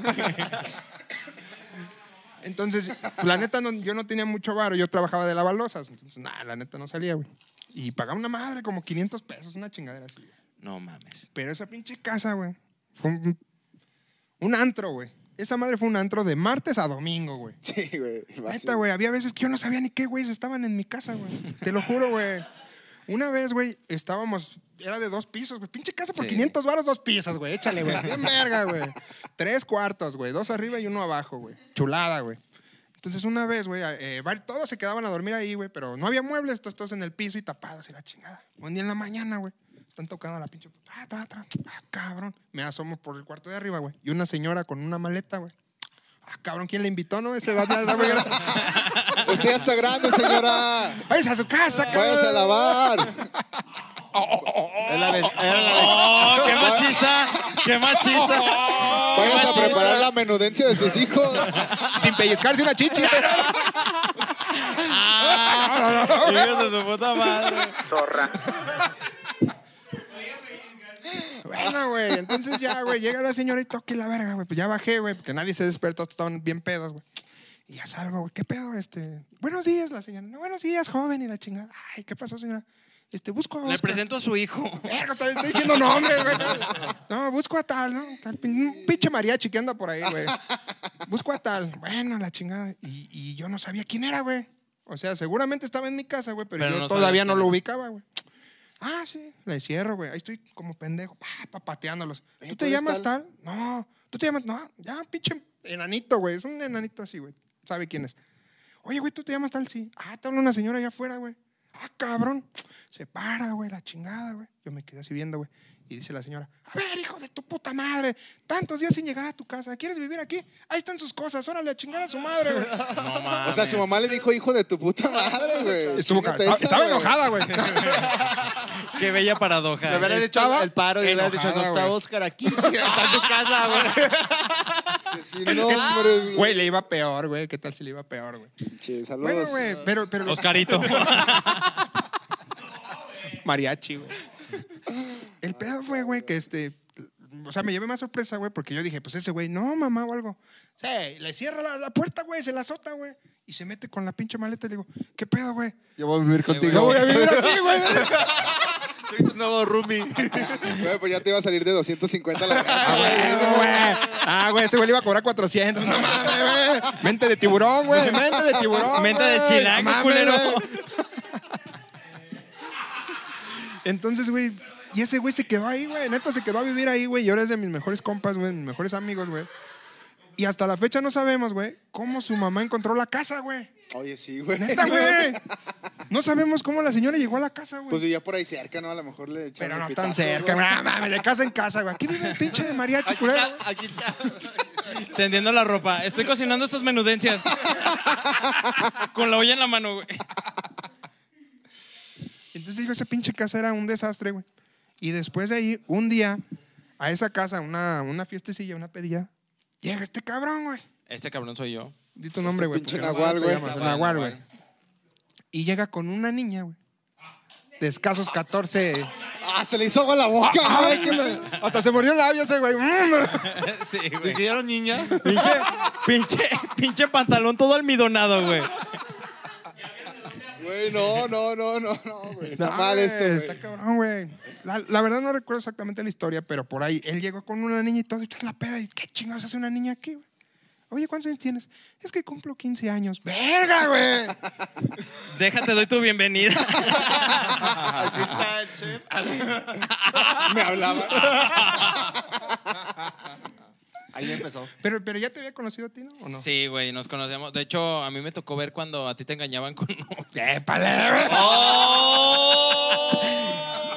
S5: entonces, pues, la neta, no- yo no tenía mucho varo. Yo trabajaba de lavalosas. Entonces, nada, la neta no salía, güey. Y pagaba una madre, como 500 pesos, una chingadera así. güey.
S2: No mames.
S5: Pero esa pinche casa, güey, fue un, un antro, güey. Esa madre fue un antro de martes a domingo, güey.
S4: Sí, güey.
S5: Neta, güey, había veces que yo no sabía ni qué güeyes estaban en mi casa, güey. Te lo juro, güey. Una vez, güey, estábamos, era de dos pisos, güey. Pinche casa por
S2: Sí.
S5: 500 varos, dos pisos, güey. Échale, güey. Bien verga, güey. Tres cuartos, güey. Dos arriba y uno abajo, güey. Chulada, güey. Entonces, una vez, güey, eh, var- todos se quedaban a dormir ahí, güey, pero no había muebles, todos, todos en el piso y tapados y la chingada. Un día en la mañana, güey, están tocando a la pinche. puerta. Ah, tra, tra. Ah, cabrón. Me asomo por el cuarto de arriba, güey. Y una señora con una maleta, güey. Ah, cabrón, ¿quién le invitó, no? Ese edad ya está muy grande.
S4: Usted ya está grande, señora. Ah.
S5: Váyase a su Pues, casa, cabrón.
S4: Váyase a lavar.
S3: Es la de- era la de-
S2: ¡Oh, qué machista! ¡Qué machista! ¡Qué
S4: Vamos a
S2: machista!
S4: preparar la menudencia de sus hijos.
S5: Sin pellizcarse una chichi.
S2: Ah, hijos de su puta madre.
S6: Zorra.
S5: Bueno, güey. Entonces ya, güey, llega la señora y toque la verga, güey. Pues ya bajé, güey, porque nadie se despertó, todos estaban bien pedos, güey. Y ya salgo, güey, ¿qué pedo? Este, buenos días, la señora. No, buenos días, joven, y la chingada. Ay, ¿qué pasó, señora? Este, busco a
S2: Le
S5: Oscar.
S2: presento a su hijo.
S5: Verga, otra vez estoy diciendo nombres, güey. No, busco a tal, ¿no? Tal pin- un pinche mariachi que anda por ahí, güey. Busco a tal. Bueno, la chingada. Y, y yo no sabía quién era, güey. O sea, seguramente estaba en mi casa, güey, pero,
S2: Pero
S5: yo
S2: no
S5: todavía
S2: sabías
S5: no
S2: quién
S5: lo
S2: era.
S5: ubicaba, güey. Ah, sí, le cierro, güey. Ahí estoy como pendejo, pa, pa, pateándolos.
S4: Eh,
S5: ¿Tú
S4: ¿tú
S5: te
S4: eres
S5: llamas
S4: tal?
S5: tal? No. ¿Tú te llamas? No. Ya, un pinche enanito, güey. Es un enanito así, güey. Sabe quién es. Oye, güey, ¿tú te llamas tal? Sí. Ah, te habla una señora allá afuera, güey. Ah, cabrón. Se para, güey, la chingada, güey. Yo me quedé así viendo, güey. Y dice la señora, a ver, hijo de tu puta madre, tantos días sin llegar a tu casa, ¿quieres vivir aquí? Ahí están sus cosas, órale a chingar a su madre, güey.
S2: No mames.
S4: O sea, su mamá le dijo hijo de tu puta madre, güey.
S5: Estuvo ca-
S4: Chíngate
S5: estaba,
S4: esa,
S5: estaba
S4: güey.
S5: enojada, güey.
S2: Qué bella paradoja.
S3: Le hubieras
S5: Estaba
S3: hecho el paro y le hubieras dicho,
S5: enojada,
S3: no está
S5: güey.
S3: Oscar aquí, está en su casa, güey.
S4: Sin nombres, güey.
S5: Ah. Güey, le iba peor, güey. ¿Qué tal si le iba peor, güey?
S4: Che, saludos.
S5: Bueno, güey, pero, pero los
S2: eh. Oscarito.
S5: mariachi, güey. El pedo fue, güey, que este. O sea, me llevé más sorpresa, güey, porque yo dije, pues ese güey, no, mamá o algo. Sí, le cierra la, la puerta, güey, se la azota, güey. Y se mete con la pinche maleta y le digo, ¿qué pedo, güey?
S3: Yo voy a vivir
S5: Yo
S3: contigo.
S5: voy a vivir aquí, güey.
S3: Soy tu nuevo roomie.
S4: Güey, pues ya te iba a salir de 250 la
S5: Ah,
S4: gana, güey.
S5: güey, güey. Ah, güey, ese güey le iba a cobrar 400. No mames, güey. Mente de tiburón, güey. Mente de tiburón.
S2: Mente de
S5: güey.
S2: chilango,
S5: No mames,
S2: culero.
S5: güey. Entonces, güey. Y ese güey se quedó ahí, güey. Neta, se quedó a vivir ahí, güey. Y ahora es de mis mejores compas, güey. Mis mejores amigos, güey. Y hasta la fecha no sabemos, güey, cómo su mamá encontró la casa, güey.
S4: Oye, sí, güey.
S5: Neta, güey. No sabemos cómo la señora llegó a la casa, güey.
S4: Pues vivía por ahí cerca, ¿no? A lo mejor le echaron
S5: pero
S4: el
S5: no tan
S4: pitazo,
S5: cerca,
S4: güey.
S5: güey. Ah, mames, de casa en casa, güey. Aquí vive el pinche mariachi
S3: Aquí
S5: culero.
S3: está, aquí está.
S2: Tendiendo la ropa. Estoy cocinando estas menudencias. Con la olla en la mano, güey.
S5: Entonces digo, esa pinche casa era un desastre, güey. Y después de ahí, un día, a esa casa, una, una fiestecilla, una pedilla, llega este cabrón, güey.
S2: Este cabrón soy yo.
S5: Di tu nombre, güey.
S4: pinche
S5: porque no
S4: nahual,
S5: te
S4: güey.
S5: llamas,
S2: Nahual,
S5: Nahual, güey.
S2: nahual.
S5: Y llega con una niña, güey. De escasos 14.
S4: Ah, se le hizo agua a la boca,
S5: Ah,
S4: güey. que me-
S5: Hasta se mordió el labio ese, güey. Mm.
S2: Sí, güey.
S3: ¿Dijeron niña?
S2: Pinche, pinche, pinche pantalón todo almidonado, güey.
S4: Güey, no, no, no, no, no, güey. Está
S5: No,
S4: mal
S5: Ah, güey,
S4: esto, güey.
S5: Está cabrón, güey. La, la verdad no recuerdo exactamente la historia, pero por ahí él llegó con una niña y todo, y tras la peda, y qué chingados hace una niña aquí, güey. Oye, ¿cuántos años tienes? Es que cumplo 15 años. ¡Verga, güey!
S2: Déjate, doy tu bienvenida.
S3: Aquí está el chef.
S4: Me hablaba.
S3: Ahí empezó.
S5: Pero, pero ya te había conocido a ti, ¿no? ¿O no?
S2: Sí, güey, nos conocemos. De hecho, a mí me tocó ver cuando a ti te engañaban con.
S5: ¡Épale, güey!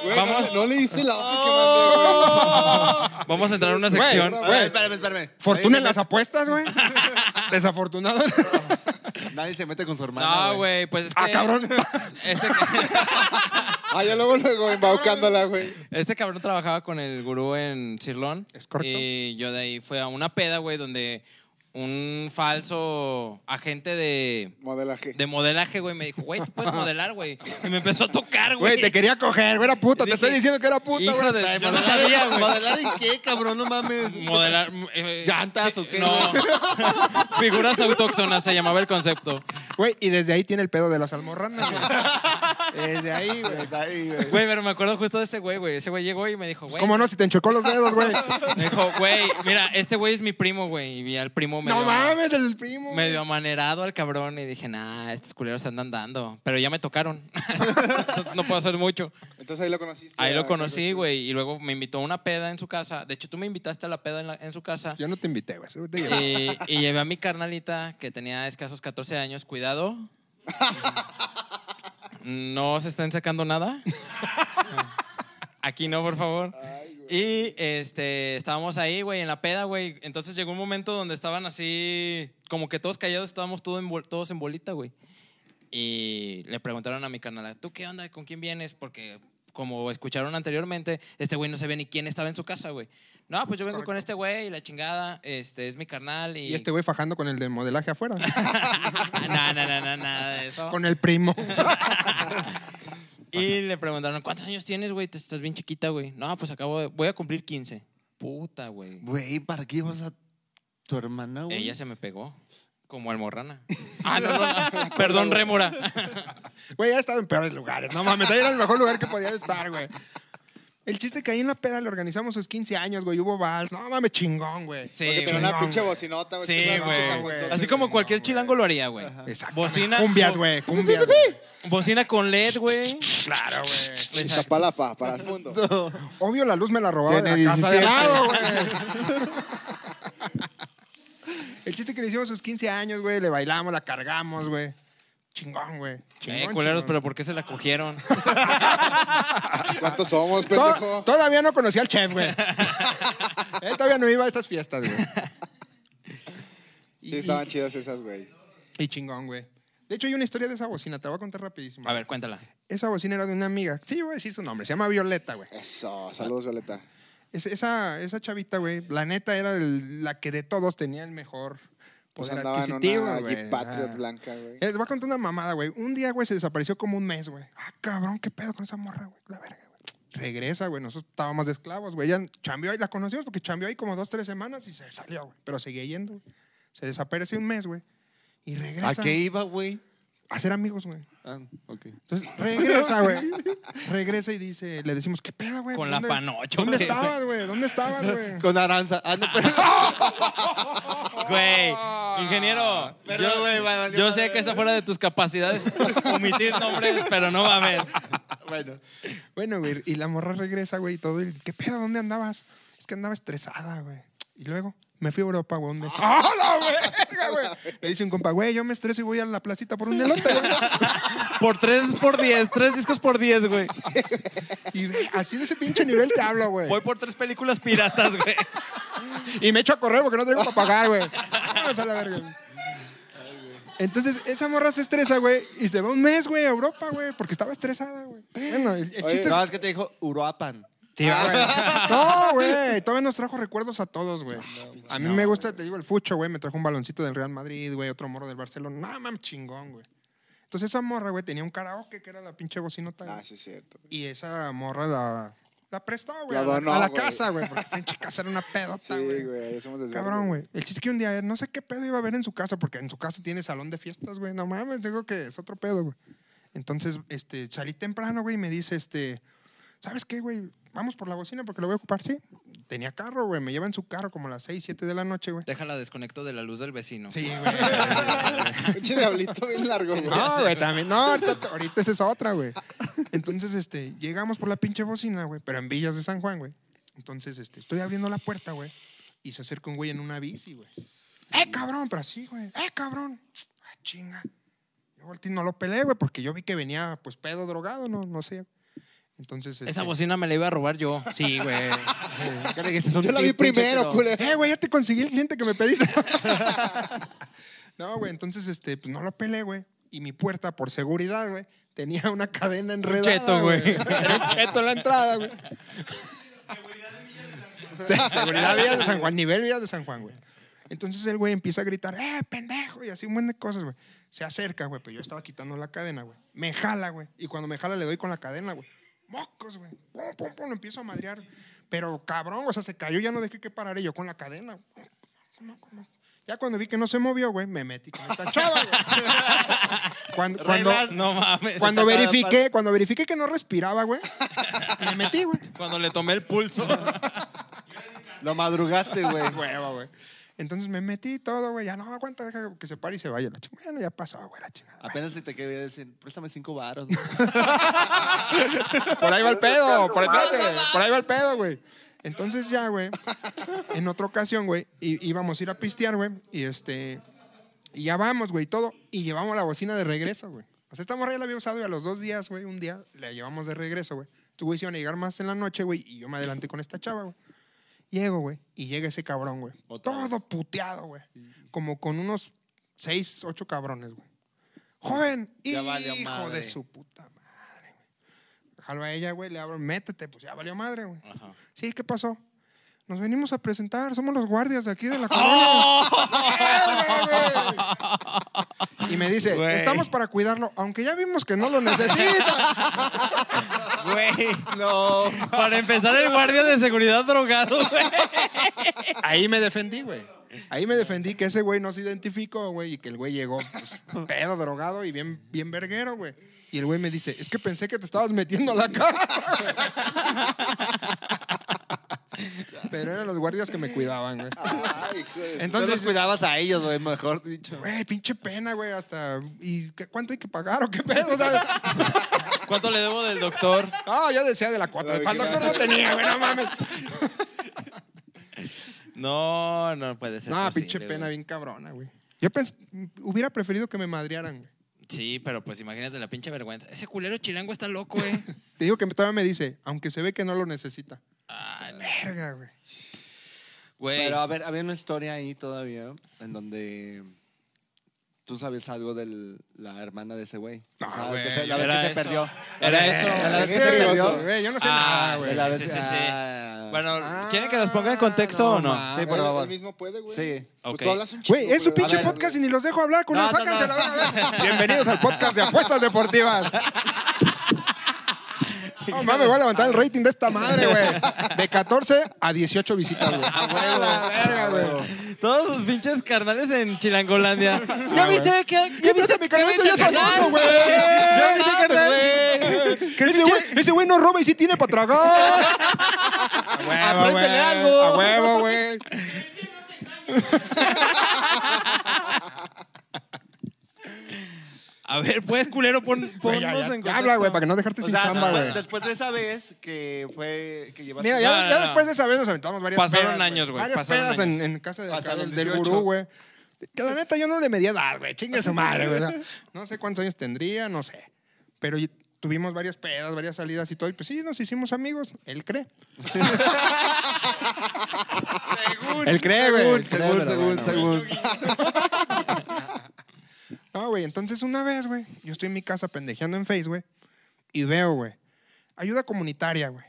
S4: Güey,
S2: Vamos.
S4: No, no le hice la hoja que mandé, güey.
S5: Oh.
S2: Vamos a entrar a una
S5: Güey,
S2: sección.
S3: Espérame, espérame, espérame.
S5: Fortuna en
S3: Nadie
S5: las apuestas, güey. Desafortunado.
S3: se mete- Nadie se mete con su hermana.
S2: No, güey, pues es que.
S5: ah, cabrón.
S2: Este,
S4: Ah, ya luego, luego, embaucándola, güey.
S2: este cabrón trabajaba con el gurú en Cirlón.
S5: Es correcto.
S2: Y yo de ahí fui a una peda, güey, donde un falso agente de.
S4: Modelaje.
S2: De modelaje, güey, me dijo, güey, tú puedes modelar, güey. Y me empezó a tocar, güey.
S5: Güey, te quería coger, güey, era puta. Te
S2: Dije,
S5: estoy diciendo que era puta,
S2: hijo
S5: güey.
S2: de-
S3: Ay,
S2: yo no
S3: ¿modelar-
S2: sabía, güey.
S3: ¿Modelar en qué, cabrón? No mames.
S2: Modelar. eh,
S3: ¿Llantas o qué?
S2: No. Figuras autóctonas se llamaba el concepto.
S5: Güey, y desde ahí tiene el pedo de las almorranas, güey. Desde ahí, güey.
S3: Ay, güey.
S2: Güey, pero me acuerdo justo de ese güey, güey. Ese güey llegó y me dijo, güey.
S5: ¿Cómo no? Si te enchocó los dedos, güey.
S2: Me dijo, güey, mira, este güey es mi primo, güey. Y vi al primo medio,
S5: No mames, el primo.
S2: medio amanerado al cabrón. Y dije, nah, estos culeros se andan dando. Pero ya me tocaron. Entonces, no puedo hacer mucho.
S4: Entonces ahí lo conociste.
S2: Ahí
S4: ah,
S2: lo conocí, güey. Y luego me invitó a una peda en su casa. De hecho, tú me invitaste a la peda en, la- en su casa.
S5: Yo no te invité, güey. Eso te llevo.
S2: Y, y llevé a mi carnalita, que tenía escasos 14 años. Cuidado. No se están sacando nada. Aquí no, por favor. Y este, estábamos ahí, güey, en la peda, güey. Entonces llegó un momento donde estaban así, como que todos callados, estábamos todo en bol- todos en bolita, güey. Y le preguntaron a mi carnal, ¿tú qué onda? ¿Con quién vienes? Porque como escucharon anteriormente, este güey no sabía ni quién estaba en su casa, güey. No, pues yo vengo con este güey y la chingada, este es mi carnal y...
S5: Y este güey fajando con el de modelaje afuera.
S2: no, no, no, no, nada de eso.
S5: con el primo.
S2: Y le preguntaron, ¿cuántos años tienes, güey? Te estás bien chiquita, güey. No, pues acabo de... Voy a cumplir 15. Puta, güey.
S3: Güey, ¿para qué vas a tu hermana, güey?
S2: Ella se me pegó. Como almorrana. Ah, no, no, no. Perdón, rémora.
S5: Güey, ha estado en peores lugares. No mames, ahí era el mejor lugar que podía estar, güey. El chiste que ahí en la peda le organizamos sus 15 años, güey. Hubo vals. No mames, chingón, güey.
S2: Sí,
S4: Porque
S2: güey.
S4: tenía una
S5: chingón,
S4: pinche
S5: güey.
S4: bocinota, güey.
S2: Sí,
S4: tenía una pinche
S2: güey.
S4: cajonzota,
S2: Así como cualquier chilango lo haría, güey.
S5: Exacto.
S2: Bocina.
S5: Cumbias, güey. Cumbias. güey.
S2: Bocina con LED, güey.
S5: Claro, güey.
S4: güey. Iztapalapa, para el fondo.
S5: Obvio, la luz me la robaba de
S3: Tiene
S5: la casa de
S3: 17.
S5: lado, güey. El chiste que le hicimos sus 15 años, güey. Le bailamos, la cargamos, güey. Chingón, güey. Chingón,
S2: Eh, culeros,
S5: chingón.
S2: pero ¿por qué se la cogieron?
S4: ¿Cuántos somos,
S5: To-
S4: pendejo?
S5: todavía no conocía al chef, güey. Él todavía no iba a estas fiestas, güey.
S4: Sí, estaban chidas esas, güey.
S5: Y chingón, güey. De hecho, hay una historia de esa bocina, te la voy a contar rapidísimo.
S2: A ver, cuéntala.
S5: Esa bocina era de una amiga. Sí, voy a decir su nombre. Se llama Violeta, güey. Ah.
S4: Eso, saludos, Violeta.
S5: Es- esa, esa chavita, güey, la neta era el- la que de todos tenía el mejor
S4: Pues
S5: poder
S4: andaba en
S5: adquisitivo,
S4: una
S5: güey.
S4: Jeep Patriot
S5: Ah.
S4: blanca, güey.
S5: Eh, Les voy a contar una mamada, güey. Un día, güey, se desapareció como un mes, güey. Ah, cabrón, qué pedo con esa morra, güey. La verga, güey. Regresa, güey. Nosotros estábamos de esclavos, güey. Ella chambeó ahí, la conocimos porque chambeó ahí como dos, tres semanas y se salió, güey. Pero seguía yendo. güey. Se desaparece un mes, güey. Y regresa.
S3: ¿A qué iba, güey?
S5: A ser amigos, güey.
S3: Ah, ok.
S5: Entonces regresa, güey. Regresa y dice, le decimos, ¿qué pedo, güey?
S2: Con la
S5: ¿Dónde-
S2: panocha,
S5: ¿Dónde
S2: güey?
S5: estabas, güey? ¿Dónde estabas, güey?
S3: Con Aranza. Ah, no, pero...
S2: Güey, ingeniero.
S3: Yo, güey, valió
S2: Yo
S3: madre.
S2: sé que está fuera de tus capacidades omitir nombres, pero no mames.
S3: Bueno.
S5: Bueno, güey, y la morra regresa, güey, y todo. Y, ¿Qué pedo? ¿Dónde andabas? Es que andaba estresada, güey. Y luego me fui a Europa, güey, un mes. ¡Ah, la verga, güey! Le dice un compa, güey, yo me estreso y voy a la placita por un elote, güey.
S2: Por tres por diez, tres discos por diez, güey.
S5: Y ve, así de ese pinche nivel te hablo, güey.
S2: Voy por tres películas piratas, güey.
S5: Y me echo a correr porque no tengo para pagar, güey. Vámonos a la verga. güey. Entonces, esa morra se estresa, güey, y se va un mes, güey, a Europa, güey, porque estaba estresada, güey. Bueno, el, el
S4: Oye,
S5: chiste es...
S3: No, es que te dijo Uruapan.
S2: Ah.
S5: No, güey. Todavía nos trajo recuerdos a todos, güey.
S4: Ah,
S5: a mí me gusta, te digo, el fucho, güey. Me trajo un baloncito del Real Madrid, güey. Otro morro del Barcelona. No, mam, chingón, güey. Entonces esa morra, güey, tenía un karaoke que era la pinche bocinota. güey.
S4: Ah, sí, es cierto.
S5: Y esa morra la, la prestó, güey.
S4: La
S5: a la-
S4: donó,
S5: a la
S4: güey.
S5: casa, güey. Porque pinche casa era una pedota,
S4: Sí,
S5: güey.
S4: güey, somos desvergue.
S5: Cabrón, güey. El chiste es que un día, eh, no sé qué pedo iba a haber en su casa, porque en su casa tiene salón de fiestas, güey. No mames, digo que es otro pedo, güey. Entonces, este, salí temprano, güey, y me dice, este, ¿sabes qué, güey? Vamos por la bocina porque lo voy a ocupar, sí. Tenía carro, güey. Me lleva en su carro como a las 6, 7 de la noche, güey.
S2: Déjala desconecto de la luz del vecino.
S5: Sí, güey.
S4: Pinche diablito bien largo, güey.
S5: No, güey, también. No, ahorita, ahorita esa es otra, güey. Entonces, este, llegamos por la pinche bocina, güey, pero en Villas de San Juan, güey. Entonces, este, estoy abriendo la puerta, güey, y se acerca un güey en una bici, güey. ¡Eh, cabrón! Pero así, güey. ¡Eh, cabrón! ¡Ah, chinga! Yo volteé y no lo peleé, güey, porque yo vi que venía, pues, pedo drogado, no, no sé. Entonces, este,
S2: Esa bocina me la iba a robar yo. Sí, güey.
S4: Yo la vi primero, culero.
S5: Eh, güey, ya te conseguí el cliente que me pediste. no, güey, entonces este, pues no lo pelé, güey. Y mi puerta, por seguridad, güey, tenía una cadena enredada.
S2: cheto, güey.
S5: Era un cheto en la entrada, güey. Sí, seguridad Villa de San Juan, nivel Villa de San Juan, güey. Entonces el güey empieza a gritar, ¡eh, pendejo! Y así un buen de cosas, güey. Se acerca, güey, pero yo estaba quitando la cadena, güey. Me jala, güey. Y cuando me jala le doy con la cadena, güey. ¡Mocos, güey! ¡Pum, pum, pum! Lo empiezo a madrear. Pero cabrón, o sea, se cayó, ya no dejé que parara y yo con la cadena. güey. Ya cuando vi que no se movió, güey, me metí con esta chava, güey. Cuando, cuando,
S2: no mames.
S5: cuando
S2: Esa-
S5: verifiqué, cuando verifiqué que no respiraba, güey, me metí, güey.
S2: Cuando le tomé el pulso.
S3: Lo madrugaste, güey.
S5: Huevo, güey. Entonces me metí y todo, güey. Ya no aguanta, deja que se pare y se vaya la chingada. Bueno, ya pasó, güey, la chingada.
S3: Apenas si te quería decir, préstame cinco varos.
S5: Por ahí va el pedo, por, espérate, güey, por ahí va el pedo, güey. Entonces ya, güey, en otra ocasión, güey, í- íbamos a ir a pistear, güey, y este, y ya vamos, güey, y todo, y llevamos la bocina de regreso, güey. O sea, esta morra ya la había usado y a los dos días, güey, un día, la llevamos de regreso, güey. Tu güey se iban a llegar más en la noche, güey, y yo me adelanté con esta chava, güey. Llego, güey, y llega ese cabrón, güey. Todo puteado, güey. Como con unos seis, ocho cabrones, güey. Joven,
S3: Ya valió
S5: hijo
S3: madre.
S5: de su puta madre, güey. jalo a ella, güey, le abro, métete, pues ya valió madre, güey.
S2: Ajá.
S5: Sí, ¿qué pasó? Nos venimos a presentar, somos los guardias de aquí de la colonia. ¡Eh, güey! y me dice,
S2: Güey.
S5: estamos para cuidarlo, aunque ya vimos que no lo necesita.
S2: Güey.
S3: No.
S2: Para empezar, el guardia de seguridad drogado, güey.
S5: Ahí me defendí, güey. Ahí me defendí que ese güey no se identificó, güey, y que el güey llegó pues, pedo, drogado y bien, bien verguero, güey. Y el güey me dice, es que pensé que te estabas metiendo a la cara. Pero eran los guardias que me cuidaban, güey.
S4: Ay, hijo de su-
S3: Entonces
S5: Entonces,
S3: cuidabas a ellos, güey, mejor dicho.
S5: Güey, pinche pena, güey, hasta... ¿Y qué, cuánto hay que pagar o qué pedo? ¿sabes?
S2: ¿Cuánto le debo del doctor?
S5: No, yo decía de la cuatro.
S4: La
S5: Para el doctor no tenía, güey, no mames.
S2: No, no puede ser.
S5: No,
S2: posible,
S5: pinche
S2: güey.
S5: pena bien cabrona, güey. Yo pens- hubiera preferido que me madrearan, güey.
S2: Sí, pero pues imagínate la pinche vergüenza. Ese culero chilango está loco, güey.
S5: Te digo que todavía me dice, aunque se ve que no lo necesita.
S2: Ay, no.
S5: Verga, güey.
S2: Güey.
S3: Pero a ver, había una historia ahí todavía en donde tú sabes algo de la hermana de ese güey.
S5: No,
S3: O sea,
S5: güey,
S3: que se- la vez
S2: Ah, era
S3: que se
S2: eso.
S3: perdió.
S2: Era
S3: La vez-
S2: eso.
S3: la vez que
S4: Era
S3: se
S4: eso.
S3: perdió.
S5: Güey, yo no sé
S2: Ah,
S5: nada,
S2: sí,
S5: güey.
S3: La
S2: sí,
S3: vez-
S2: sí, sí, sí.
S3: ah.
S2: Bueno, ¿quieren que los ponga en contexto o no?
S5: mames.
S3: Sí, por
S4: Él-
S3: favor.
S4: Él mismo puede, güey.
S3: Sí.
S4: Pues
S2: Ok.
S4: tú hablas un chico.
S5: Güey, es su pinche
S3: ver.
S5: podcast y ni los dejo hablar, culo.
S3: No, no,
S5: Sáquense
S3: no.
S5: la verga, a ver. Bienvenidos al podcast de apuestas deportivas. No mames, voy a levantar el rating de esta madre, güey. De 14 a 18 visitas, güey. A la verga, güey.
S2: Ah, Todos sus pinches carnales en Chilangolandia.
S5: Ah,
S2: ¿Ya viste que.?
S5: ¿Qué viste mi canal? Eso ya es famoso, güey.
S2: ¿Ya viste, carnal?
S5: Ese güey- Ese güey no roba y sí tiene para tragar. Ah,
S3: Apréndele algo.
S5: A huevo, Ah, güey.
S2: A ver, pues, culero, pon,
S5: Güey,
S2: ponnos
S5: ya,
S2: en
S5: ya,
S2: contexto.
S5: ya habla, güey, para que no dejarte
S3: O
S5: sin
S3: sea,
S5: chamba, güey.
S3: después, después de esa vez que fue que llevaste
S5: Mira,
S2: No,
S5: ya,
S2: no,
S5: ya
S2: no.
S5: después de esa vez nos aventamos varias
S2: Pasaron
S5: pedas,
S2: años, güey,
S5: Varias
S2: pasaron
S5: pedas
S2: años.
S5: En, en casa de
S3: Hasta
S5: acá del,
S3: los
S5: del
S3: 18.
S5: gurú, güey. Que la neta yo no le medía edad, güey. Chingue su madre, güey. O sea, No sé cuántos años tendría, no sé. Pero y- tuvimos varias pedas, varias salidas y todo. Y pues sí, nos hicimos amigos. Él cree. Él cree, güey. él cree, pero bueno, güey. No, güey, entonces una vez, güey, yo estoy en mi casa pendejeando en Face, güey, y veo, güey, ayuda comunitaria, güey.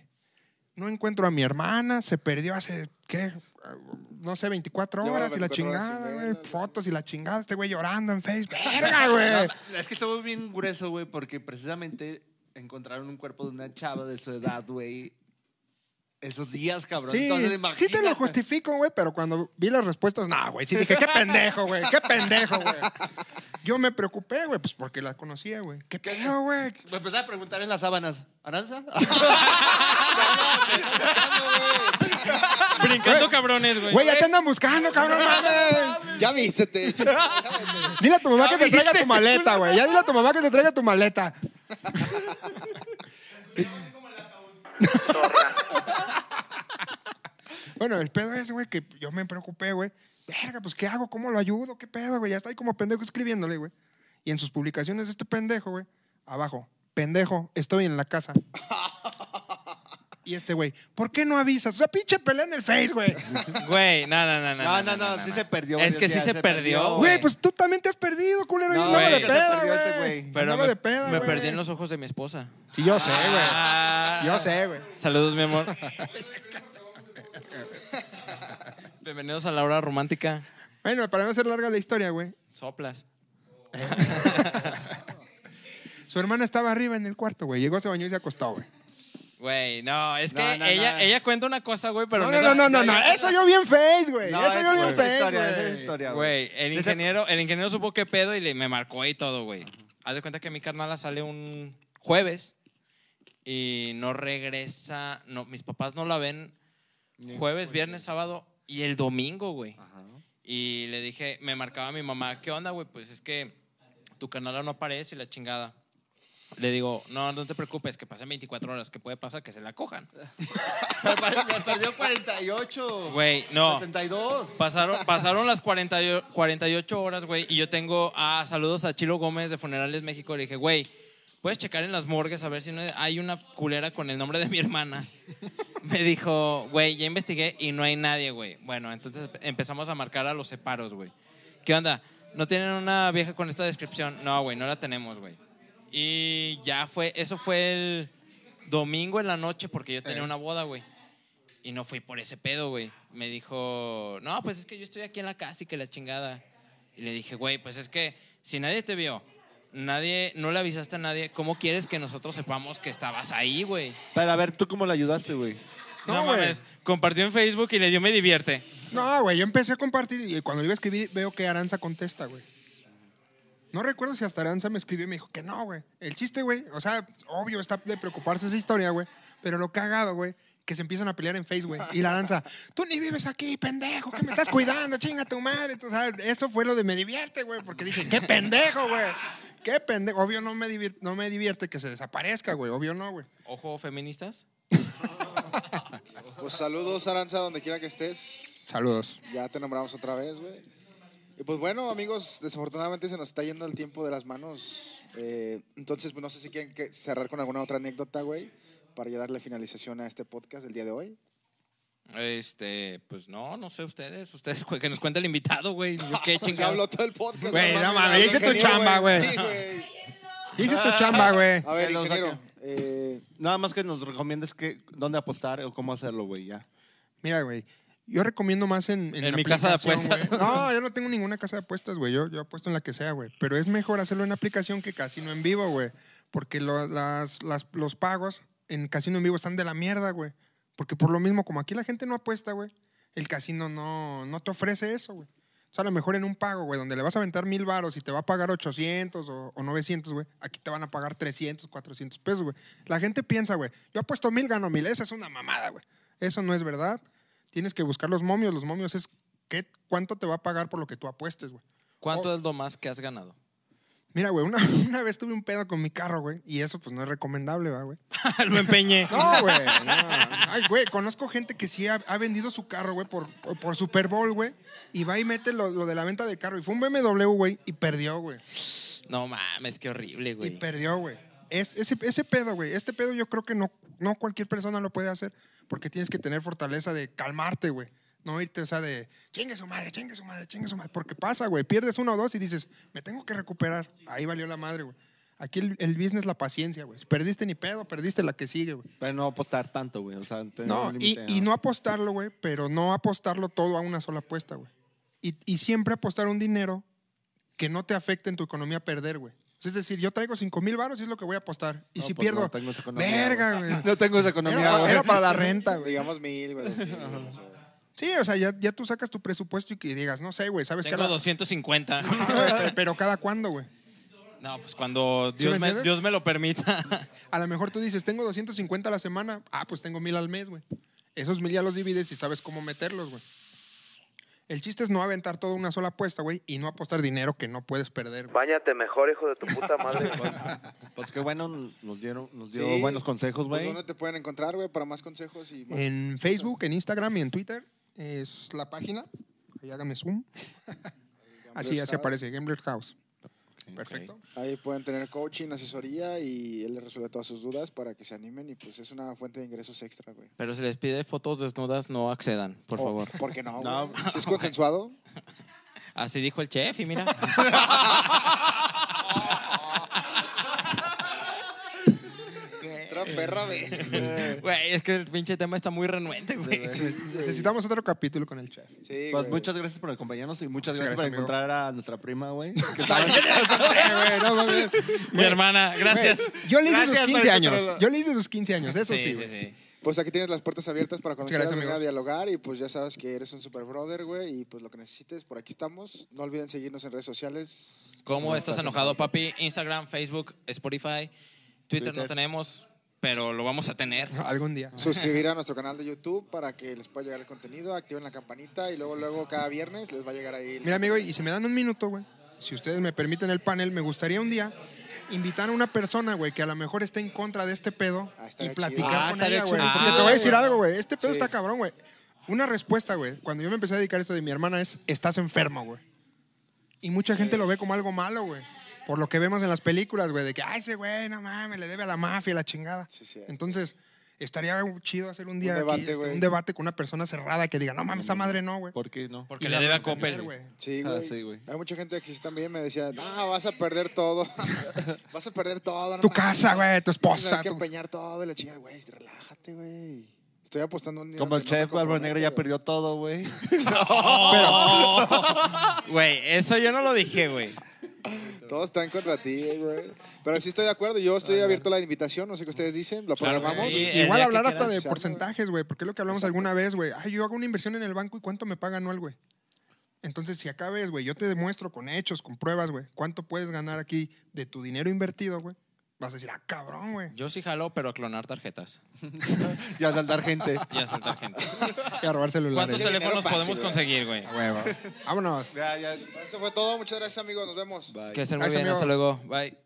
S5: No encuentro a mi hermana, se perdió hace, ¿qué? No sé, 24
S4: Llevaba
S5: horas y la
S4: 24 horas sin
S5: chingada,
S4: verla,
S5: güey.
S4: no sé.
S5: Fotos y la chingada, este güey llorando en Face. ¡Verga, güey!
S3: Es que estuvo bien grueso, güey, porque precisamente encontraron un cuerpo de una chava de su edad, güey. Esos días, cabrón.
S5: Sí,
S3: Entonces,
S5: sí te lo
S3: imagínate.
S5: justifico, güey, pero cuando vi las respuestas, no, güey, sí dije, qué pendejo, güey, qué pendejo, güey. Yo me preocupé, güey, pues porque la conocía, güey. ¿Qué pedo, güey?
S3: Me empecé a preguntar en las sábanas. ¿Aranza?
S2: Brincando cabrones, güey.
S5: Güey, ya te andan buscando, cabrón, mames.
S4: Ya vístete. chico.
S5: Dile a tu mamá que te traiga tu maleta, güey. Ya dile a tu mamá que te traiga tu maleta. bueno, el pedo es, güey, que yo me preocupé, güey. Verga, pues ¿qué hago? ¿Cómo lo ayudo? ¿Qué pedo, güey? Ya estoy como pendejo escribiéndole, güey. Y en sus publicaciones este pendejo, güey, abajo, pendejo, estoy en la casa. Y este güey, ¿por qué no avisas? O sea, pinche pelea en el face, güey.
S2: Güey, no, no, no, no.
S3: No, no, no, sí se perdió
S2: Es
S3: varios
S2: que sí
S3: días,
S2: se
S3: se
S2: perdió,
S3: perdió,
S5: Güey, pues tú también te has perdido, culero.
S3: No,
S5: yo andaba
S2: güey.
S5: de
S3: Se perdió
S5: peda,
S3: este
S5: güey.
S3: güey.
S2: Pero
S5: Andaba
S2: me,
S5: de peda,
S2: me
S5: güey.
S2: perdí en los ojos de mi esposa.
S5: Sí, yo sé, güey.
S2: Ah.
S5: Yo sé, güey.
S2: Saludos, mi amor. Bienvenidos a la hora romántica.
S5: Bueno, para no hacer larga la historia, güey.
S2: Soplas.
S5: Su hermana estaba arriba en el cuarto, güey. Llegó, se bañó y se acostó, güey.
S2: Güey, no, es que
S3: No, no,
S2: ella,
S3: no.
S2: ella cuenta una cosa, güey, pero
S5: No,
S2: no
S5: no,
S2: era-
S5: no, no, no, no.
S2: era-
S5: Eso yo bien face, güey. Eso yo
S3: es
S5: bien
S3: otra
S2: eh.
S3: historia,
S5: face,
S3: esa es
S5: güey.
S3: historia,
S2: Güey, el ingeniero, el ingeniero supo qué pedo y le, me marcó y todo, güey. Haz de cuenta que mi carnala sale un jueves y no regresa. No, mis papás no la ven jueves, viernes, sábado y el domingo, güey. Y le dije, me marcaba mi mamá, ¿qué onda, güey? Pues es que tu carnala no aparece y la chingada. Le digo, no, no te preocupes, que pasen 24 horas, que puede pasar que se la cojan.
S3: Pero pa- se perdió 48.
S2: Güey, no.
S3: 72.
S2: Pasaron, pasaron las 40 y- 48 horas, güey, y yo tengo ah, saludos a Chilo Gómez de Funerales México. Le dije, güey, puedes checar en las morgues a ver si no hay una culera con el nombre de mi hermana. Me dijo, güey, ya investigué y no hay nadie, güey. Bueno, entonces empezamos a marcar a los separos, güey. ¿Qué onda? ¿No tienen una vieja con esta descripción? No, güey, no la tenemos, güey. Y ya fue, eso fue el domingo en la noche porque yo tenía
S5: Eh.
S2: una boda, güey. Y no fui por ese pedo, güey. Me dijo, no, pues es que yo estoy aquí en la casa y que la chingada. Y le dije, güey, pues es que si nadie te vio, nadie, no le avisaste a nadie, ¿cómo quieres que nosotros sepamos que estabas ahí, güey?
S3: Pero a ver, ¿tú cómo le ayudaste, güey?
S5: No,
S2: No,
S5: güey.
S2: mames. Compartió en Facebook y le dio me divierte.
S5: No, güey, yo empecé a compartir y cuando lo iba a escribir veo que Aranza contesta, güey. No recuerdo si hasta Aranza me escribió y me dijo que no, güey. El chiste, güey, o sea, obvio está de preocuparse esa historia, güey. Pero lo cagado, güey, que se empiezan a pelear en Facebook, güey. Y la Aranza, tú ni vives aquí, pendejo, que me estás cuidando, chinga tu madre. O sea, eso fue lo de me divierte, güey, porque dije, qué pendejo, güey. Qué pendejo. Obvio no me, divier- no me divierte que se desaparezca, güey. Obvio no, güey.
S2: Ojo, feministas.
S4: Pues saludos, Aranza, donde quiera que estés.
S5: Saludos.
S4: Ya te nombramos otra vez, güey. Y pues bueno, amigos, desafortunadamente se nos está yendo el tiempo de las manos. Eh, entonces, pues no sé si quieren que- cerrar con alguna otra anécdota, güey, para ya darle finalización a este podcast del día de hoy.
S2: Este, pues no, no sé ustedes. Ustedes cu- que nos cuenta el invitado, güey. Yo qué
S4: Ya habló
S2: chingado.
S4: todo el podcast.
S5: Ah. Güey, no
S4: mames,
S5: mames, hice tu
S4: ingeniero,
S5: chamba, güey.
S4: Sí, güey.
S5: Hice tu chamba, güey.
S4: A ver,
S3: Que lo
S4: ingeniero.
S3: saquen.
S4: eh,
S3: Nada más que nos recomiendes que, dónde apostar o cómo hacerlo, güey, ya.
S5: Mira, güey. Yo recomiendo más en.
S2: En
S5: la
S2: mi casa de
S5: aplicación,
S2: apuestas.
S5: güey. No, yo no tengo ninguna casa de apuestas, güey. Yo, yo apuesto en la que sea, güey. Pero es mejor hacerlo en aplicación que casino en vivo, güey. Porque lo- las- las- los pagos en casino en vivo están de la mierda, güey. Porque por lo mismo, como aquí la gente no apuesta, güey, el casino no, no te ofrece eso, güey. O sea, a lo mejor en un pago, güey, donde le vas a aventar mil varos y te va a pagar 800 o, o 900, güey, aquí te van a pagar 300, 400 pesos, güey. La gente piensa, güey, yo apuesto mil, gano mil. Esa es una mamada, güey. Eso no es verdad. Tienes que buscar los momios. Los momios es qué, cuánto te va a pagar por lo que tú apuestes, güey.
S2: ¿Cuánto es lo más que has ganado?
S5: Mira, güey, una, una vez tuve un pedo con mi carro, güey, y eso pues no es recomendable, va, güey.
S2: lo empeñé.
S5: No, güey. no. Ay, güey, conozco gente que sí ha, ha vendido su carro, güey, por, por, por Super Bowl, güey. Y va y mete lo, lo de la venta de carro. Y fue un BMW, güey, y perdió, güey.
S2: No mames, qué horrible,
S5: Y
S2: güey.
S5: perdió, güey. Es- ese, ese pedo, güey. Este pedo yo creo que no, no cualquier persona lo puede hacer porque tienes que tener fortaleza de calmarte, güey. No irte, o sea, de chingue su madre, chingue su madre, chingue su madre. Porque pasa, güey. Pierdes uno o dos y dices, me tengo que recuperar. Ahí valió la madre, güey. Aquí el, el business, la paciencia, güey. Si Perdiste ni pedo, perdiste la que sigue, güey.
S3: Pero no apostar tanto, güey. O sea, tener
S5: No,
S3: un
S5: y,
S3: límite,
S5: y no apostarlo, güey, pero no apostarlo todo a una sola apuesta, güey. Y, y siempre apostar un dinero que no te afecte en tu economía perder, güey. Es decir, yo traigo 5 mil baros y es lo que voy a apostar. Y
S3: No,
S5: si
S3: pues
S5: pierdo,
S3: no tengo esa economía,
S5: verga, güey.
S3: No tengo esa
S5: Era-
S3: economía,
S5: era,
S3: güey.
S5: para la renta, güey.
S4: digamos mil, güey. dos mil, güey, no sé, güey.
S5: Sí, o sea, ya, ya tú sacas tu presupuesto y que digas, no sé, güey, ¿sabes qué?
S2: Tengo 250.
S5: Pero cada cuándo, güey.
S2: No, pues cuando
S5: ¿Sí me
S2: Dios, me,
S5: entiendes?
S2: Dios me lo permita.
S5: A lo mejor tú dices, tengo 250 a la semana. Ah, pues tengo mil al mes, güey. Esos mil ya los divides y sabes cómo meterlos, güey. El chiste es no aventar toda una sola apuesta, güey, y no apostar dinero que no puedes perder, güey.
S6: Báñate mejor, hijo de tu puta madre.
S3: Pues qué bueno, nos dieron, nos dio
S4: Sí.
S3: buenos consejos,
S4: Pues,
S3: güey.
S4: ¿Dónde te pueden encontrar, güey, para más consejos y más?
S5: En Facebook, en Instagram y en Twitter es la página. Ahí hágame zoom. Así, así aparece, Gambler's House. Perfecto.
S4: Ahí pueden tener coaching, asesoría y él les resuelve todas sus dudas para que se animen y pues es una fuente de ingresos extra, güey.
S2: Pero si les pide fotos desnudas, no accedan, por
S4: O-
S2: favor.
S4: ¿Por qué no?
S3: No.
S4: güey? Si es consensuado.
S2: Así dijo el chef y mira.
S4: Otra perra vez. güey.
S2: Güey, es que el pinche tema está muy renuente, güey.
S5: Necesitamos otro capítulo con el chef.
S4: Sí,
S3: Pues
S4: güey.
S3: muchas gracias por acompañarnos y muchas gracias,
S5: Muchas
S3: por
S5: gracias, amigo.
S3: encontrar a nuestra prima, güey.
S5: Güey, no mames.
S2: Mi hermana, gracias. este
S5: Yo le hice
S3: Gracias
S5: sus
S3: por
S5: 15 años.
S3: encontrarlo.
S5: Yo le hice sus 15 años, eso sí,
S2: Sí, sí,
S5: güey.
S2: sí.
S4: Pues aquí tienes las puertas abiertas para cuando
S5: Muchas
S4: quieras
S5: gracias,
S4: venir a
S5: amigos.
S4: dialogar y pues ya sabes que eres un super brother, güey, y pues lo que necesites, por aquí estamos. No olviden seguirnos en redes sociales.
S2: ¿Cómo estás enojado, papi? Instagram, Facebook, Spotify, Twitter, no
S3: Twitter.
S2: tenemos, pero lo vamos a tener.
S5: Algún día.
S4: Suscribir a nuestro canal de YouTube para que les pueda llegar el contenido, activen la campanita y luego, luego cada viernes les va a llegar ahí. el-
S5: Mira, amigo, y si me dan un minuto, güey, si ustedes me permiten el panel, me gustaría un día invitar a una persona, güey, que a lo mejor esté en contra de este pedo
S4: Ah, estaría
S5: y
S4: chido.
S5: platicar
S2: Ah,
S5: con
S2: estaría
S5: ella, güey.
S2: chido.
S5: Porque te
S2: Ah,
S5: voy a decir
S4: güey.
S5: algo, güey. Este pedo
S4: Sí.
S5: está cabrón, güey. Una respuesta, güey. Cuando yo me empecé a dedicar a esto de mi hermana es, estás enfermo, güey. Y mucha gente lo ve como algo malo, güey. Por lo que vemos en las películas, güey, de que, ay, ese güey, no mames, le debe a la mafia, la chingada.
S4: Sí, sí.
S5: Entonces, Estaría chido hacer un día
S4: Un
S5: aquí,
S4: debate,
S5: este,
S4: güey.
S5: un debate con una persona cerrada que diga, no mames, esa madre no, güey.
S3: ¿Por qué no?
S2: Porque
S5: Y
S2: le
S5: la
S2: debe a
S5: van
S2: Coppel.
S5: perder, güey.
S4: Sí,
S3: Ah,
S4: güey.
S3: sí, güey.
S4: Hay mucha gente que sí también me decía, ah, vas a perder todo. vas a perder todo. no
S5: Tu
S4: mames.
S5: casa, güey,
S4: Vas
S5: tu
S4: a
S5: esposa.
S4: tener que
S5: tu-
S4: empeñar todo de la chingada, güey. Relájate, güey. Estoy apostando un dinero
S3: Como el
S4: que no me
S3: chef Bárbaro Negro ya
S4: compromete,
S3: perdió todo, güey.
S2: Oh. Güey, eso yo no lo dije, güey.
S4: güey. Todos están contra ti, güey. Pero sí estoy de acuerdo. Yo estoy abierto a la invitación. No sé qué ustedes dicen. Lo
S2: Claro que
S4: programamos.
S2: sí. el
S5: Igual
S2: día
S5: hablar
S2: que
S5: hasta
S2: quieran,
S5: de
S4: se habla,
S5: porcentajes, güey, porque es lo que hablamos alguna vez, güey. Ay, yo hago una inversión en el banco y cuánto me paga anual, güey. Entonces, si acá ves, güey, yo te demuestro con hechos, con pruebas, güey, cuánto puedes ganar aquí de tu dinero invertido, güey. Vas a decir, ah, cabrón, güey.
S2: Yo sí jalo, pero a clonar tarjetas
S3: y a saltar gente.
S2: y a saltar gente.
S5: Y a robar celulares.
S2: ¿Cuántos
S4: dinero
S2: teléfonos
S4: fácil,
S2: podemos
S4: güey.
S2: conseguir, güey?
S5: Vámonos.
S3: Ya, ya.
S4: Eso fue todo. Muchas gracias, amigos. Nos vemos.
S2: Que estén muy
S5: Gracias,
S2: bien. Hasta
S5: amigo.
S2: luego. Bye.